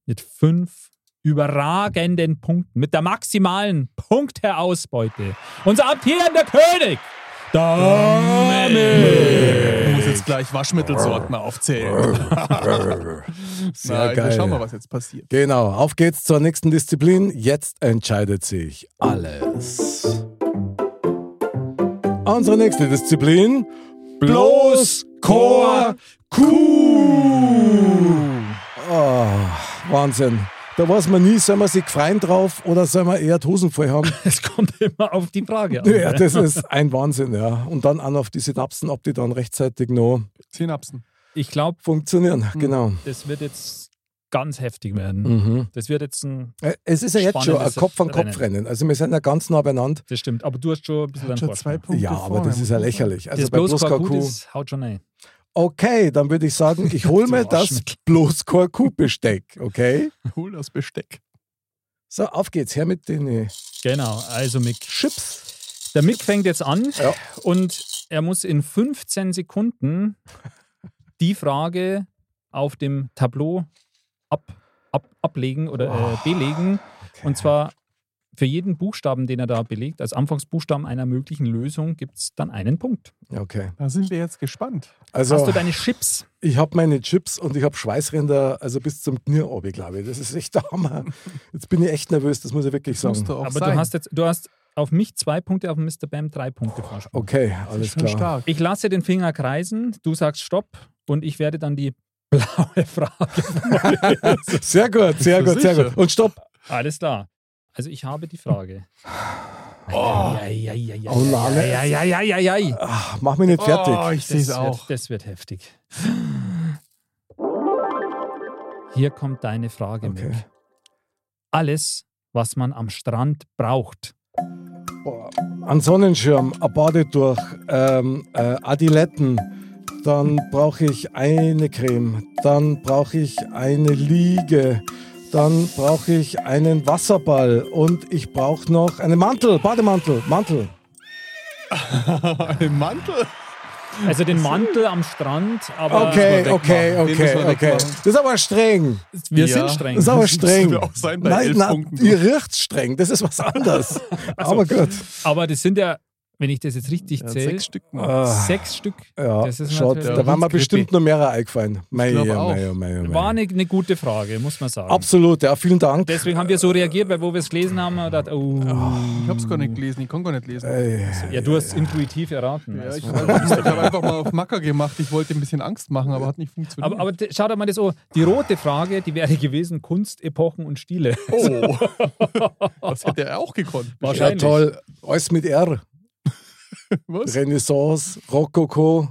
[SPEAKER 2] mit fünf überragenden Punkten, mit der maximalen Punkteausbeute. Unser amtierender König, Dominik.
[SPEAKER 3] Ich muss jetzt gleich Waschmittelsorten aufzählen.
[SPEAKER 5] Sehr
[SPEAKER 3] Nein,
[SPEAKER 5] geil.
[SPEAKER 3] Wir schauen mal, was jetzt passiert.
[SPEAKER 5] Genau, auf geht's zur nächsten Disziplin. Jetzt entscheidet sich alles. Unsere nächste Disziplin. Bloß Chor Kuh. Oh, Wahnsinn. Da weiß man nie, soll man sich gefreien drauf oder soll man eher die Hosen voll haben.
[SPEAKER 2] Es kommt immer auf die Frage an.
[SPEAKER 5] ja, das ist ein Wahnsinn, ja. Und dann an auf die Synapsen, ob die dann rechtzeitig noch
[SPEAKER 3] Synapsen.
[SPEAKER 2] Ich glaube,
[SPEAKER 5] funktionieren. Genau.
[SPEAKER 2] das wird jetzt ganz heftig werden.
[SPEAKER 5] Mhm.
[SPEAKER 2] Das wird jetzt ein.
[SPEAKER 5] Äh, Es ist ja jetzt schon ein
[SPEAKER 2] Spannendes
[SPEAKER 5] Kopf-an-Kopf-Rennen. Also wir sind ja ganz nah beieinander.
[SPEAKER 2] Das stimmt, aber du hast schon ein bisschen
[SPEAKER 3] Hat
[SPEAKER 2] einen
[SPEAKER 3] schon
[SPEAKER 2] Vorsprung.
[SPEAKER 3] zwei Punkte
[SPEAKER 5] Ja, aber
[SPEAKER 3] vorne.
[SPEAKER 5] das ist ja lächerlich. Also
[SPEAKER 2] das
[SPEAKER 5] bei
[SPEAKER 2] bloß Kaku,
[SPEAKER 5] Bloßkorku.
[SPEAKER 2] das haut schon ein.
[SPEAKER 5] Okay, dann würde ich sagen, ich hole mir das
[SPEAKER 2] Waschmittel.
[SPEAKER 5] Bloßkorku-Besteck, okay?
[SPEAKER 3] Hol das Besteck.
[SPEAKER 5] So, auf geht's, her mit den äh,
[SPEAKER 2] Genau, also Mick.
[SPEAKER 5] Chips.
[SPEAKER 2] Der Mick fängt jetzt an
[SPEAKER 5] Ja.
[SPEAKER 2] und er muss in 15 Sekunden die Frage auf dem Tableau ab, ab, ablegen oder äh, belegen. Und zwar für jeden Buchstaben, den er da belegt, als Anfangsbuchstaben einer möglichen Lösung, gibt es dann einen Punkt.
[SPEAKER 5] Okay,
[SPEAKER 3] Da sind wir jetzt gespannt.
[SPEAKER 2] Hast
[SPEAKER 5] also
[SPEAKER 2] du deine Chips?
[SPEAKER 5] ich habe meine Chips und ich habe Schweißränder, also bis zum Knirr oben, glaube ich. Das ist echt der Hammer. Jetzt bin ich echt nervös, das muss ich wirklich
[SPEAKER 3] Muss
[SPEAKER 5] sagen.
[SPEAKER 3] doch auch
[SPEAKER 2] Aber
[SPEAKER 3] sein.
[SPEAKER 2] du hast jetzt, du hast auf mich zwei Punkte, auf Mr. Bam drei Punkte Vorsprung.
[SPEAKER 5] Okay,
[SPEAKER 3] das
[SPEAKER 5] alles
[SPEAKER 3] ist schon
[SPEAKER 5] klar.
[SPEAKER 3] stark.
[SPEAKER 2] Ich lasse den Finger kreisen, du sagst Stopp und ich werde dann die blaue Frage. vorlesen.
[SPEAKER 5] Sehr gut, sehr
[SPEAKER 3] Bist du
[SPEAKER 5] gut, sehr
[SPEAKER 3] sicher?
[SPEAKER 5] gut. Und stopp.
[SPEAKER 2] Alles klar. Also ich habe die Frage.
[SPEAKER 5] Oh, Oh, Lale.
[SPEAKER 2] Eieieiei.
[SPEAKER 5] ach, Ah, mach mich nicht
[SPEAKER 3] Oh,
[SPEAKER 5] fertig.
[SPEAKER 3] ich sehe es
[SPEAKER 2] Das wird-
[SPEAKER 3] auch.
[SPEAKER 2] Das wird heftig. Hier kommt deine Frage,
[SPEAKER 5] Okay.
[SPEAKER 2] Mick. Alles, was man am Strand braucht.
[SPEAKER 5] Ein Sonnenschirm, ein Badetuch, ähm, äh, Adiletten, dann brauche ich eine Creme, dann brauche ich eine Liege, dann brauche ich einen Wasserball und ich brauche noch einen Mantel, Bademantel, Mantel.
[SPEAKER 3] Ein Mantel.
[SPEAKER 2] Also den Mantel am Strand, aber
[SPEAKER 5] Okay,
[SPEAKER 3] wegmachen.
[SPEAKER 5] okay,
[SPEAKER 3] Den Ah, müssen
[SPEAKER 5] okay,
[SPEAKER 3] wir
[SPEAKER 5] okay.
[SPEAKER 3] wegmachen.
[SPEAKER 5] Das ist aber streng.
[SPEAKER 2] wir
[SPEAKER 3] Ja.
[SPEAKER 2] sind streng.
[SPEAKER 5] Das ist aber
[SPEAKER 3] Das müssen
[SPEAKER 5] streng.
[SPEAKER 3] wir auch sein bei
[SPEAKER 5] nein,
[SPEAKER 3] elf
[SPEAKER 5] nein,
[SPEAKER 3] Punkten. Also,
[SPEAKER 5] ihr riecht streng, das ist was anderes. Aber gut.
[SPEAKER 2] Aber das sind ja, wenn ich das jetzt richtig
[SPEAKER 3] Ja,
[SPEAKER 2] zähle,
[SPEAKER 3] sechs
[SPEAKER 2] sechs,
[SPEAKER 3] Stück noch.
[SPEAKER 5] Ah,
[SPEAKER 2] Stück.
[SPEAKER 5] ja,
[SPEAKER 2] das ist
[SPEAKER 5] schaut,
[SPEAKER 2] natürlich-
[SPEAKER 5] da waren mir
[SPEAKER 3] Grippi.
[SPEAKER 5] bestimmt noch mehrere eingefallen. Mei,
[SPEAKER 3] glaub
[SPEAKER 5] ja,
[SPEAKER 3] auch.
[SPEAKER 5] mei, ja, mei, ja, mei.
[SPEAKER 2] War eine, eine gute Frage, muss man sagen.
[SPEAKER 5] Absolut, ja, vielen Dank.
[SPEAKER 2] Deswegen haben wir so reagiert, weil wo wir es gelesen haben, haben wir gedacht, oh.
[SPEAKER 3] Ich hab's gar nicht gelesen. Ich kann gar nicht lesen.
[SPEAKER 5] Ey,
[SPEAKER 2] Ja, du hast intuitiv erraten.
[SPEAKER 3] Ja,
[SPEAKER 2] also.
[SPEAKER 3] ich habe einfach mal auf Macker gemacht. Ich wollte ein bisschen Angst machen, aber hat nicht funktioniert.
[SPEAKER 2] aber, aber d- schau dir mal das an. Die rote Frage, die wäre gewesen: Kunst, Epochen und Stile.
[SPEAKER 3] oh, das hätte er auch gekonnt.
[SPEAKER 5] ja, toll. Alles mit R.
[SPEAKER 3] Was?
[SPEAKER 5] Renaissance, Rokoko.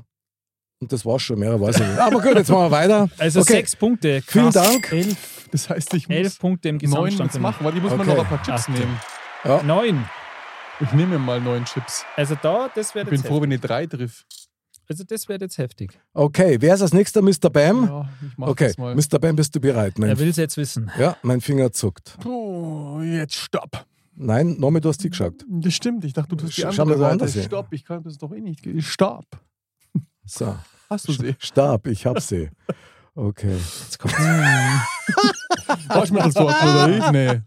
[SPEAKER 5] Und das war's schon, mehr weiß ich nicht. Aber gut, jetzt machen wir weiter.
[SPEAKER 2] Also
[SPEAKER 5] okay.
[SPEAKER 2] sechs Punkte. Krass.
[SPEAKER 5] Vielen Dank.
[SPEAKER 2] Elf,
[SPEAKER 3] Das heißt, ich muss
[SPEAKER 2] elf Punkte im
[SPEAKER 3] neun
[SPEAKER 2] Gesamtstand.
[SPEAKER 3] jetzt machen. Warte, ich muss
[SPEAKER 5] Okay.
[SPEAKER 3] mal noch ein paar Chips
[SPEAKER 2] Achte.
[SPEAKER 3] nehmen.
[SPEAKER 2] Neun.
[SPEAKER 3] Ich nehme mir mal neun Chips.
[SPEAKER 2] Also da, das wäre
[SPEAKER 3] Ich
[SPEAKER 2] jetzt,
[SPEAKER 3] bin froh,
[SPEAKER 2] heftig.
[SPEAKER 3] wenn ich drei triff.
[SPEAKER 2] also das wär jetzt heftig.
[SPEAKER 5] Okay, wer ist als nächster Mr. Bam?
[SPEAKER 3] Ja, ich mach
[SPEAKER 5] Hm. okay,
[SPEAKER 3] das mal.
[SPEAKER 5] Mr. Bam, bist du bereit?
[SPEAKER 2] Er
[SPEAKER 5] Mein,
[SPEAKER 2] will es jetzt wissen.
[SPEAKER 5] ja, mein Finger zuckt.
[SPEAKER 3] Oh, jetzt stopp.
[SPEAKER 5] Nein, Nomi, du hast die geschaut.
[SPEAKER 3] Das stimmt. Ich dachte, du tust die
[SPEAKER 5] Sch-
[SPEAKER 3] andere
[SPEAKER 5] schau mal
[SPEAKER 3] Seite.
[SPEAKER 5] woanders hin.
[SPEAKER 3] Stopp, ich kann das doch eh nicht. Stopp.
[SPEAKER 5] So,
[SPEAKER 3] Hast eh? du sie?
[SPEAKER 5] Stab, ich hab sie. Okay.
[SPEAKER 3] Waschmittelsort oder ich? Nee.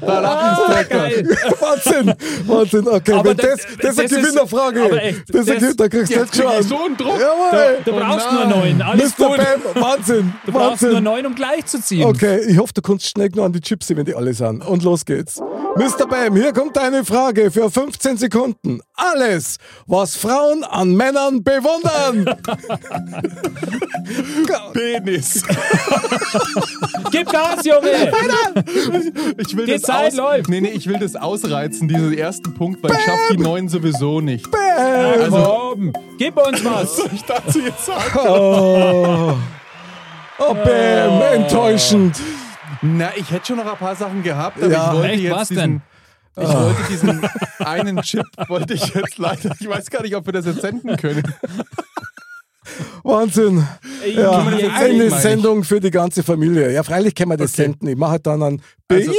[SPEAKER 3] Da lachen
[SPEAKER 2] Ah, geil.
[SPEAKER 5] Wahnsinn, Wahnsinn. Okay,
[SPEAKER 2] Aber
[SPEAKER 5] wenn
[SPEAKER 2] da-
[SPEAKER 5] das, das ist eine
[SPEAKER 2] das ist-
[SPEAKER 5] Gewinnerfrage.
[SPEAKER 2] aber echt,
[SPEAKER 5] das ist eine
[SPEAKER 2] das-
[SPEAKER 5] Gewin- da kriegst du
[SPEAKER 3] Jetzt
[SPEAKER 5] jetzt
[SPEAKER 3] krieg ich so
[SPEAKER 5] schon.
[SPEAKER 3] einen Druck.
[SPEAKER 5] Jawohl.
[SPEAKER 2] Du brauchst
[SPEAKER 3] Oh
[SPEAKER 2] nur
[SPEAKER 3] nein.
[SPEAKER 2] neun. Alles
[SPEAKER 5] Mr.
[SPEAKER 2] gut.
[SPEAKER 5] Bam, Wahnsinn.
[SPEAKER 2] Du brauchst
[SPEAKER 5] Wahnsinn.
[SPEAKER 2] nur neun, um gleich zu ziehen.
[SPEAKER 5] Okay, ich hoffe, du kannst schnell noch an die Chips, wenn die alle sind. Und los geht's. Mr. Bam, hier kommt deine Frage für 15 Sekunden. Alles, was Frauen an Männern bewundern.
[SPEAKER 3] Penis.
[SPEAKER 2] Gib Gas, Junge.
[SPEAKER 3] Ich will
[SPEAKER 2] Die
[SPEAKER 3] das
[SPEAKER 2] Zeit
[SPEAKER 3] aus
[SPEAKER 2] läuft.
[SPEAKER 3] Nee, nee, ich will das ausreizen, diesen ersten Punkt, weil ich schaffe die neun sowieso nicht.
[SPEAKER 5] Bam.
[SPEAKER 2] Also, oben. Gib uns was.
[SPEAKER 3] Ich dachte jetzt sagen.
[SPEAKER 5] Oh, oh Bam, Ähm, enttäuschend.
[SPEAKER 3] Na, ich hätte schon noch ein paar Sachen gehabt, aber
[SPEAKER 5] Ja. Ah.
[SPEAKER 3] ich wollte
[SPEAKER 2] Echt,
[SPEAKER 3] jetzt
[SPEAKER 2] was
[SPEAKER 3] diesen,
[SPEAKER 2] denn?
[SPEAKER 3] Ich wollte diesen einen Chip, wollte ich jetzt leider, ich weiß gar nicht, ob wir das jetzt senden können.
[SPEAKER 5] Wahnsinn. Ja,
[SPEAKER 3] kann man das jetzt senden, meine
[SPEAKER 5] eine
[SPEAKER 3] ich?
[SPEAKER 5] Sendung für die ganze Familie. Ja, freilich kann man das
[SPEAKER 3] Okay.
[SPEAKER 5] senden. Ich mache halt dann ein P.
[SPEAKER 3] Also-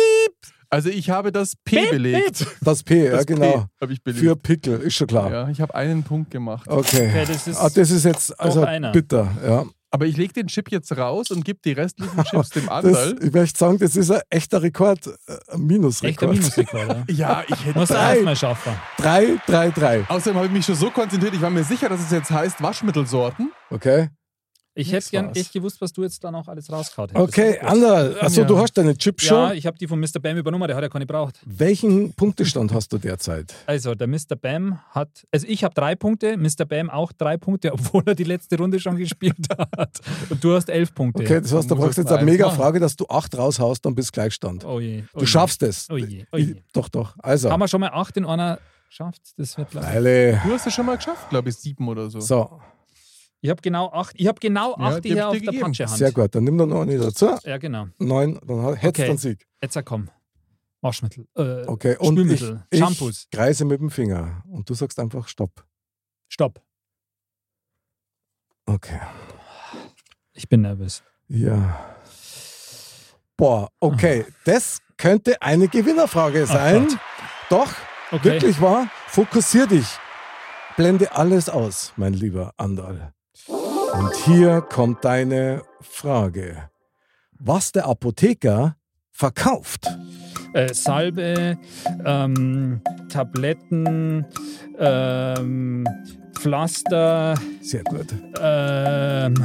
[SPEAKER 3] Also ich habe das P belegt.
[SPEAKER 5] das P, ja
[SPEAKER 3] Das
[SPEAKER 5] genau.
[SPEAKER 3] P habe ich belegt.
[SPEAKER 5] Für Pickel, ist schon klar.
[SPEAKER 3] ja, ich habe einen Punkt gemacht.
[SPEAKER 5] Okay.
[SPEAKER 2] Ja, das ist-
[SPEAKER 5] ah, das ist jetzt also
[SPEAKER 2] Doch einer.
[SPEAKER 5] bitter. Ja.
[SPEAKER 3] Aber ich lege den Chip jetzt raus und gebe die restlichen Chips dem
[SPEAKER 5] Das,
[SPEAKER 3] anderen.
[SPEAKER 5] ich möchte sagen, das ist ein echter Rekord, äh, ein
[SPEAKER 2] Echter
[SPEAKER 5] Minusrekord.
[SPEAKER 2] Minusrekorder.
[SPEAKER 3] Ja, ich hätte.
[SPEAKER 2] Muss er erstmal schaffen.
[SPEAKER 5] 3, 3, 3.
[SPEAKER 3] Außerdem habe ich mich schon so konzentriert, ich war mir sicher, dass es jetzt heißt Waschmittelsorten.
[SPEAKER 5] Okay.
[SPEAKER 2] Ich
[SPEAKER 3] Nix
[SPEAKER 2] hätte gern
[SPEAKER 3] war's.
[SPEAKER 2] echt gewusst, was du jetzt da noch alles rausgehauen hättest.
[SPEAKER 5] Okay, Anderl, achso,
[SPEAKER 3] Ja.
[SPEAKER 5] du hast deine Chip
[SPEAKER 2] Ja,
[SPEAKER 5] schon.
[SPEAKER 2] ich habe die von Mr. Bam übernommen, der hat ja keine gebraucht.
[SPEAKER 5] Welchen Punktestand hast du derzeit?
[SPEAKER 2] Also, der Mr. Bam hat, also ich habe drei Punkte, Mr. Bam auch drei Punkte, obwohl er die letzte Runde schon gespielt hat. Und du hast elf Punkte.
[SPEAKER 5] Okay, das heißt, da
[SPEAKER 3] muss
[SPEAKER 5] brauchst du
[SPEAKER 3] jetzt
[SPEAKER 5] jetzt eine
[SPEAKER 3] eins
[SPEAKER 5] mega
[SPEAKER 3] machen.
[SPEAKER 5] Frage, dass du 8 raushaust, dann bist Gleichstand.
[SPEAKER 2] Oh je. Oh
[SPEAKER 5] Du
[SPEAKER 2] je.
[SPEAKER 5] schaffst es.
[SPEAKER 2] Oh je, oh
[SPEAKER 5] Ich-
[SPEAKER 2] je.
[SPEAKER 5] Doch, doch. Also,
[SPEAKER 2] Haben wir schon mal acht in einer geschafft? Das wird leicht.
[SPEAKER 5] alle.
[SPEAKER 3] Du hast es schon mal geschafft, glaube ich, sieben oder so.
[SPEAKER 5] So,
[SPEAKER 2] Ich habe genau acht, ich habe genau
[SPEAKER 3] Ja,
[SPEAKER 2] acht
[SPEAKER 3] die hab ich
[SPEAKER 2] hier auf
[SPEAKER 3] dir
[SPEAKER 2] der
[SPEAKER 3] gegeben.
[SPEAKER 2] Patschehand.
[SPEAKER 5] sehr gut. Dann nimm dann noch eine dazu.
[SPEAKER 2] Ja, genau.
[SPEAKER 5] Neun, dann hättest du
[SPEAKER 2] Okay.
[SPEAKER 5] dann Sieg.
[SPEAKER 2] Jetzt komm. Waschmittel. Äh,
[SPEAKER 5] Okay, und ich,
[SPEAKER 2] Spülmittel,
[SPEAKER 5] ich
[SPEAKER 2] Shampoos.
[SPEAKER 5] kreise mit dem Finger und du sagst einfach Stopp.
[SPEAKER 2] Stopp.
[SPEAKER 5] Okay.
[SPEAKER 2] Ich bin nervös.
[SPEAKER 5] Ja. Boah, okay, das könnte eine Gewinnerfrage sein.
[SPEAKER 2] Ah. Gott.
[SPEAKER 5] Doch,
[SPEAKER 2] Okay.
[SPEAKER 5] wirklich wahr. Fokussier dich. Blende alles aus, mein lieber Andal. Und hier kommt deine Frage. Was der Apotheker verkauft?
[SPEAKER 2] Äh, Salbe, ähm, Tabletten, ähm, Pflaster,
[SPEAKER 5] Sehr gut.
[SPEAKER 2] ähm,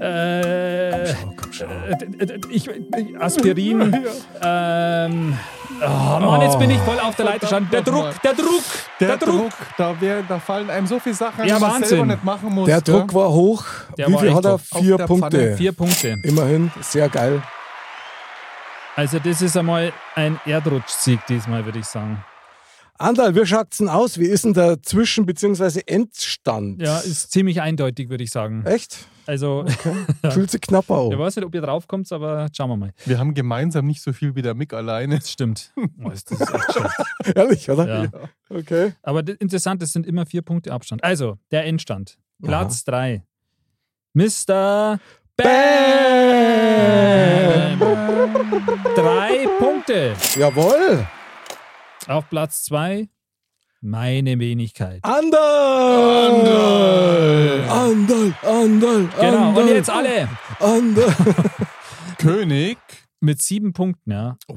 [SPEAKER 2] äh,
[SPEAKER 5] Oh, komm schon.
[SPEAKER 2] d- d- d- ich, ich- Aspirin. ähm, oh Mann, jetzt bin ich voll auf der Leiter stand. Der
[SPEAKER 3] Verdammt
[SPEAKER 2] Druck, der Druck,
[SPEAKER 3] Der, Druck, da, wär, da fallen einem so viele Sachen, an,
[SPEAKER 2] Ja,
[SPEAKER 3] die man
[SPEAKER 2] Wahnsinn.
[SPEAKER 3] selber nicht machen muss.
[SPEAKER 5] Der
[SPEAKER 3] gell?
[SPEAKER 5] Druck war hoch.
[SPEAKER 2] Der
[SPEAKER 5] Wie
[SPEAKER 2] war
[SPEAKER 5] viel
[SPEAKER 2] echt
[SPEAKER 5] hat er?
[SPEAKER 2] hoch.
[SPEAKER 3] Auf
[SPEAKER 5] Vier
[SPEAKER 3] der
[SPEAKER 5] Punkte.
[SPEAKER 3] Pfanne.
[SPEAKER 2] Vier Punkte.
[SPEAKER 5] Immerhin, sehr geil.
[SPEAKER 2] Also das ist einmal ein Erdrutschsieg diesmal, würde ich sagen.
[SPEAKER 5] Andal, wie schaut's denn aus? Wie ist denn der Zwischen- bzw. Endstand?
[SPEAKER 2] Ja, ist ziemlich eindeutig, würde ich sagen.
[SPEAKER 5] Echt?
[SPEAKER 2] Also,
[SPEAKER 5] Fühlt sich knapp auf.
[SPEAKER 2] ich weiß nicht, ob ihr draufkommt, aber schauen wir mal.
[SPEAKER 3] Wir haben gemeinsam nicht so viel wie der Mick alleine.
[SPEAKER 2] Das stimmt. Oh, ist das echt schlecht.
[SPEAKER 5] Ehrlich, oder?
[SPEAKER 2] Ja.
[SPEAKER 5] Okay.
[SPEAKER 2] Aber d- interessant, es sind immer vier Punkte Abstand. Also, der Endstand. Platz drei. Mr.
[SPEAKER 5] Äh.
[SPEAKER 2] Bam! Drei Punkte.
[SPEAKER 5] Jawohl!
[SPEAKER 2] Auf Platz zwei. Meine Wenigkeit.
[SPEAKER 5] Andal! Andal! Andal!
[SPEAKER 2] Genau,
[SPEAKER 5] Andal,
[SPEAKER 2] und jetzt alle
[SPEAKER 5] Andal!
[SPEAKER 3] König.
[SPEAKER 2] mit sieben Punkten, ja.
[SPEAKER 5] Boah.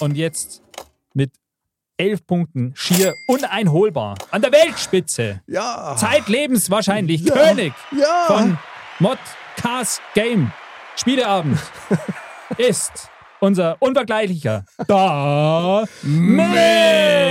[SPEAKER 2] Und jetzt mit elf Punkten schier uneinholbar. An der Weltspitze.
[SPEAKER 5] Ja!
[SPEAKER 2] Zeitlebens wahrscheinlich
[SPEAKER 5] Ah. Ja.
[SPEAKER 2] König
[SPEAKER 5] Ja!
[SPEAKER 2] von Mod Cars Game. Spieleabend ist unser unvergleichlicher Da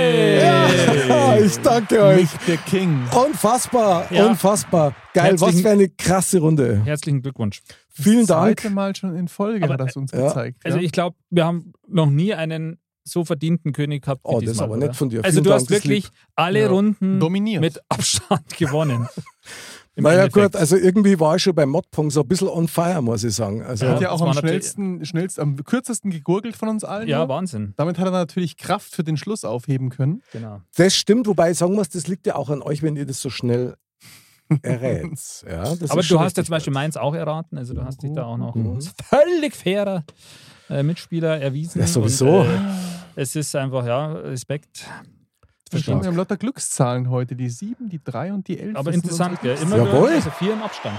[SPEAKER 5] ja.
[SPEAKER 2] Milch.
[SPEAKER 5] Ich danke euch!
[SPEAKER 3] Mick der King.
[SPEAKER 5] Unfassbar!
[SPEAKER 2] Ja.
[SPEAKER 5] Unfassbar! Geil, was
[SPEAKER 2] Herzlichen-
[SPEAKER 5] für eine krasse Runde!
[SPEAKER 2] Herzlichen Glückwunsch.
[SPEAKER 5] Vielen
[SPEAKER 3] Zweite
[SPEAKER 5] Dank! äh,
[SPEAKER 3] Mal schon in Folge
[SPEAKER 2] Aber,
[SPEAKER 3] hat er es uns
[SPEAKER 5] ja.
[SPEAKER 3] gezeigt.
[SPEAKER 2] Also
[SPEAKER 3] ja.
[SPEAKER 2] ich glaube, wir haben noch nie einen so verdienten König gehabt wie
[SPEAKER 5] Oh, das ist
[SPEAKER 2] diesmal.
[SPEAKER 5] aber
[SPEAKER 2] oder?
[SPEAKER 5] nett von dir.
[SPEAKER 2] Also
[SPEAKER 5] Vielen
[SPEAKER 2] du
[SPEAKER 5] Dank,
[SPEAKER 2] hast
[SPEAKER 5] das ist
[SPEAKER 2] wirklich alle
[SPEAKER 3] Ja.
[SPEAKER 2] Runden
[SPEAKER 3] Dominiert.
[SPEAKER 2] mit Abstand gewonnen. Im
[SPEAKER 5] Naja
[SPEAKER 2] Endeffekt.
[SPEAKER 5] gut, also irgendwie war ich schon beim Modpong so ein bisschen on fire, muss ich sagen. Also,
[SPEAKER 3] er hat
[SPEAKER 2] Ja,
[SPEAKER 3] ja
[SPEAKER 2] das
[SPEAKER 3] auch
[SPEAKER 2] war
[SPEAKER 3] am
[SPEAKER 2] natürlich-
[SPEAKER 3] schnellsten, schnellst, am kürzesten gegurgelt von uns allen.
[SPEAKER 2] Ja,
[SPEAKER 3] ne?
[SPEAKER 2] Wahnsinn.
[SPEAKER 3] Damit hat er natürlich Kraft für den Schluss aufheben können.
[SPEAKER 2] Genau.
[SPEAKER 5] Das stimmt, wobei ich sagen muss, das liegt ja auch an euch, wenn ihr das so schnell errät. Ja, das
[SPEAKER 2] Aber
[SPEAKER 5] ist schon
[SPEAKER 2] du hast ja
[SPEAKER 5] richtig
[SPEAKER 2] zum Beispiel
[SPEAKER 5] gut.
[SPEAKER 2] meins auch erraten, also du hast dich da auch noch
[SPEAKER 5] Mhm.
[SPEAKER 2] als völlig fairer äh, Mitspieler erwiesen.
[SPEAKER 5] Ja, sowieso.
[SPEAKER 2] Und, äh, es ist einfach, ja, Respekt.
[SPEAKER 3] Verstehen wir haben lauter Glückszahlen heute. Die 7, die 3 und die 11.
[SPEAKER 2] Aber interessant, gell? Immer
[SPEAKER 5] Jawohl.
[SPEAKER 2] nur also vier im Abstand.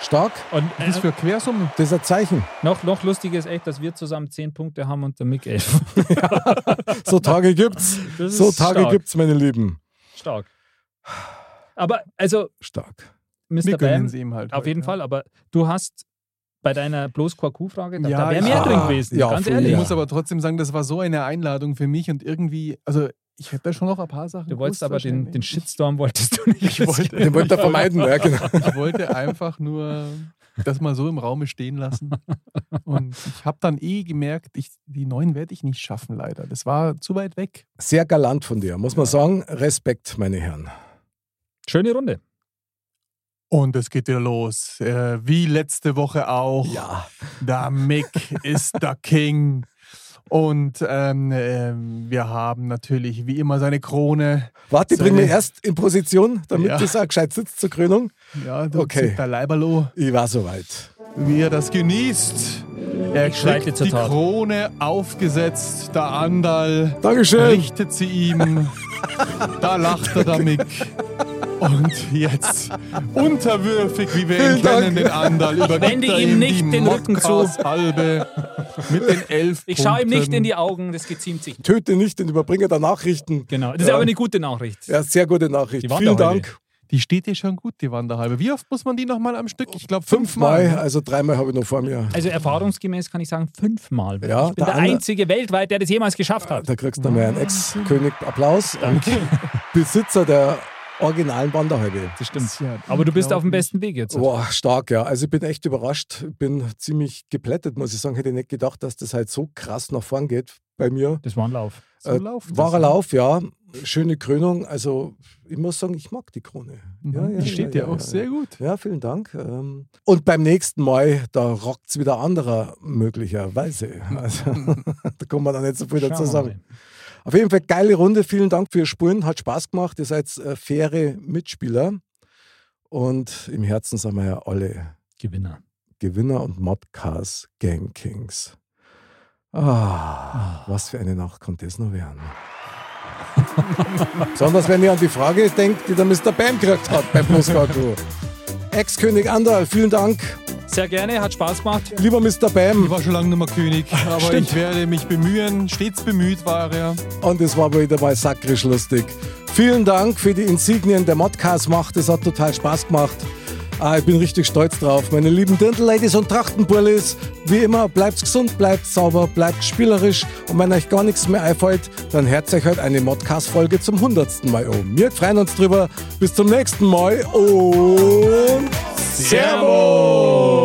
[SPEAKER 5] Stark,
[SPEAKER 2] Und
[SPEAKER 3] Das ist
[SPEAKER 2] äh,
[SPEAKER 3] für Quersumme.
[SPEAKER 5] das ist ein Zeichen.
[SPEAKER 2] noch, noch lustiger ist echt, dass wir zusammen zehn Punkte haben und der Mick elf.
[SPEAKER 5] So Tage gibt's.
[SPEAKER 2] Das ist
[SPEAKER 5] So Tage
[SPEAKER 2] stark.
[SPEAKER 5] gibt's, meine Lieben.
[SPEAKER 2] Stark. Aber, also,
[SPEAKER 5] Stark.
[SPEAKER 2] Mr.
[SPEAKER 3] Wir gönnen
[SPEAKER 2] Bam,
[SPEAKER 3] sie ihm halt.
[SPEAKER 2] auf
[SPEAKER 3] heute,
[SPEAKER 2] jeden
[SPEAKER 3] ja.
[SPEAKER 2] Fall, aber du hast bei deiner bloß Quarku-Frage, da,
[SPEAKER 3] Ja,
[SPEAKER 2] da wäre
[SPEAKER 3] ich-
[SPEAKER 2] mehr drin
[SPEAKER 5] Ah,
[SPEAKER 2] gewesen,
[SPEAKER 5] ja,
[SPEAKER 2] ganz
[SPEAKER 5] voll,
[SPEAKER 2] ehrlich.
[SPEAKER 3] Ich
[SPEAKER 5] Ja.
[SPEAKER 3] muss aber trotzdem sagen, das war so eine Einladung für mich und irgendwie, also ich hätte da schon noch ein paar Sachen.
[SPEAKER 2] Du wolltest
[SPEAKER 3] gewusst
[SPEAKER 2] aber den, den
[SPEAKER 3] wahrscheinlich.
[SPEAKER 2] Shitstorm wolltest du nicht.
[SPEAKER 3] Ich wollte-
[SPEAKER 5] Den wollt ihr vermeiden, ja genau.
[SPEAKER 3] Ich wollte einfach nur das mal so im Raume stehen lassen. Und ich habe dann eh gemerkt, ich, die neuen werde ich nicht schaffen, leider. Das war zu weit weg.
[SPEAKER 5] Sehr galant von dir, muss man sagen. Respekt, meine Herren.
[SPEAKER 2] Schöne Runde.
[SPEAKER 3] Und es geht wieder los. Äh, wie letzte Woche auch.
[SPEAKER 5] Ja.
[SPEAKER 3] Der Mick ist der King. Und ähm, ähm, wir haben natürlich wie immer seine Krone.
[SPEAKER 5] Warte, ich
[SPEAKER 3] Seine-
[SPEAKER 5] bringe mich erst in Position, damit
[SPEAKER 3] Ja.
[SPEAKER 5] das auch gescheit sitzt zur Krönung.
[SPEAKER 3] Ja, da
[SPEAKER 5] Okay.
[SPEAKER 3] sitzt der Leiberloh.
[SPEAKER 5] Ich war soweit.
[SPEAKER 3] Wie er das genießt. Er
[SPEAKER 2] Ich schreite
[SPEAKER 3] kriegt
[SPEAKER 2] zur
[SPEAKER 3] die
[SPEAKER 2] Tat.
[SPEAKER 3] Krone aufgesetzt. Der Andal
[SPEAKER 5] Dankeschön.
[SPEAKER 3] richtet sie ihm. da lacht er der Mick. Und jetzt, unterwürfig, wie wir ihn
[SPEAKER 5] Vielen Dank.
[SPEAKER 3] kennen, den Andal, übergibt
[SPEAKER 2] Wende
[SPEAKER 3] er
[SPEAKER 2] ihm
[SPEAKER 3] ihm
[SPEAKER 2] nicht
[SPEAKER 3] die
[SPEAKER 2] den Rücken zu.
[SPEAKER 3] Halbe mit den elf
[SPEAKER 2] Ich schaue ihm
[SPEAKER 5] ähm,
[SPEAKER 2] nicht in
[SPEAKER 3] Punkten.
[SPEAKER 2] die Augen, das geziemt sich.
[SPEAKER 5] Töte nicht den Überbringer der Nachrichten.
[SPEAKER 2] Genau. Das ist
[SPEAKER 5] Ja.
[SPEAKER 2] aber eine gute Nachricht.
[SPEAKER 5] Ja, sehr gute
[SPEAKER 2] Die
[SPEAKER 5] Nachricht.
[SPEAKER 2] waren
[SPEAKER 5] Vielen
[SPEAKER 2] doch alle.
[SPEAKER 5] Dank.
[SPEAKER 3] Die steht dir schon gut, die Wanderhalbe. Wie oft muss man die nochmal am Stück? Ich glaube
[SPEAKER 5] Fünfmal,
[SPEAKER 3] fünfmal.
[SPEAKER 5] also dreimal habe ich noch vor mir.
[SPEAKER 2] Also erfahrungsgemäß kann ich sagen, fünfmal.
[SPEAKER 5] Ja,
[SPEAKER 2] ich bin
[SPEAKER 5] der
[SPEAKER 2] der,
[SPEAKER 5] andere-
[SPEAKER 2] einzige weltweit, der das jemals geschafft hat.
[SPEAKER 5] Da kriegst du mal
[SPEAKER 3] Ah.
[SPEAKER 5] einen Ex-König Applaus. Danke. Besitzer der originalen Wanderhalbe.
[SPEAKER 2] Das stimmt.
[SPEAKER 3] Ja,
[SPEAKER 2] Aber du bist auf dem
[SPEAKER 3] unglaublich.
[SPEAKER 2] besten Weg jetzt.
[SPEAKER 5] Boah, stark, ja. Also ich bin echt überrascht. Bin ziemlich geplättet, muss ich sagen. Hätte nicht gedacht, dass das halt so krass nach vorn geht bei mir.
[SPEAKER 2] Das war ein Lauf.
[SPEAKER 3] So
[SPEAKER 5] Äh,
[SPEAKER 3] läuft das,
[SPEAKER 5] Wahrer
[SPEAKER 3] ne?
[SPEAKER 5] Lauf, ja. Schöne Krönung. Also ich muss sagen, ich mag die Krone. Ja, ja,
[SPEAKER 3] Mhm. die steht dir
[SPEAKER 5] ja,
[SPEAKER 3] auch
[SPEAKER 5] ja,
[SPEAKER 3] sehr gut.
[SPEAKER 5] Ja, vielen Dank. Ähm, Und beim nächsten Mal, da rockt es wieder anderer möglicherweise.
[SPEAKER 3] Mhm.
[SPEAKER 5] Also, da kann man dann nicht so viel dazu
[SPEAKER 2] Schauen wir
[SPEAKER 5] sagen.
[SPEAKER 2] mal.
[SPEAKER 5] Auf jeden Fall geile Runde. Vielen Dank für Ihr Spuren. Hat Spaß gemacht. Ihr seid äh, faire Mitspieler. Und im Herzen sind wir ja alle
[SPEAKER 2] Gewinner.
[SPEAKER 5] Gewinner und Modcast Game Kings. Ah, was für eine Nacht konnte es nur werden. Besonders wenn ihr an die Frage denkt, die der Mr. Bam gekriegt hat bei Postkartu. Ex-König Andal, vielen Dank.
[SPEAKER 2] Sehr gerne, hat Spaß gemacht.
[SPEAKER 5] Lieber Mr.
[SPEAKER 3] Ich
[SPEAKER 5] Bam,
[SPEAKER 3] war schon lange nicht mehr König, aber
[SPEAKER 5] Stimmt.
[SPEAKER 3] ich werde mich bemühen. Stets bemüht war er.
[SPEAKER 5] und es war wieder mal sakrisch lustig. Vielen Dank für die Insignien der Modcast macht. Es hat total Spaß gemacht. Ah, ich bin richtig stolz drauf. Meine lieben Dirndl-Ladies und Trachtenbullis, wie immer, bleibt gesund, bleibt sauber, bleibt spielerisch. Und wenn euch gar nichts mehr einfällt, dann hört euch heute eine Modcast-Folge zum hundertsten Mal um. Wir freuen uns drüber. Bis zum nächsten Mal und Servus!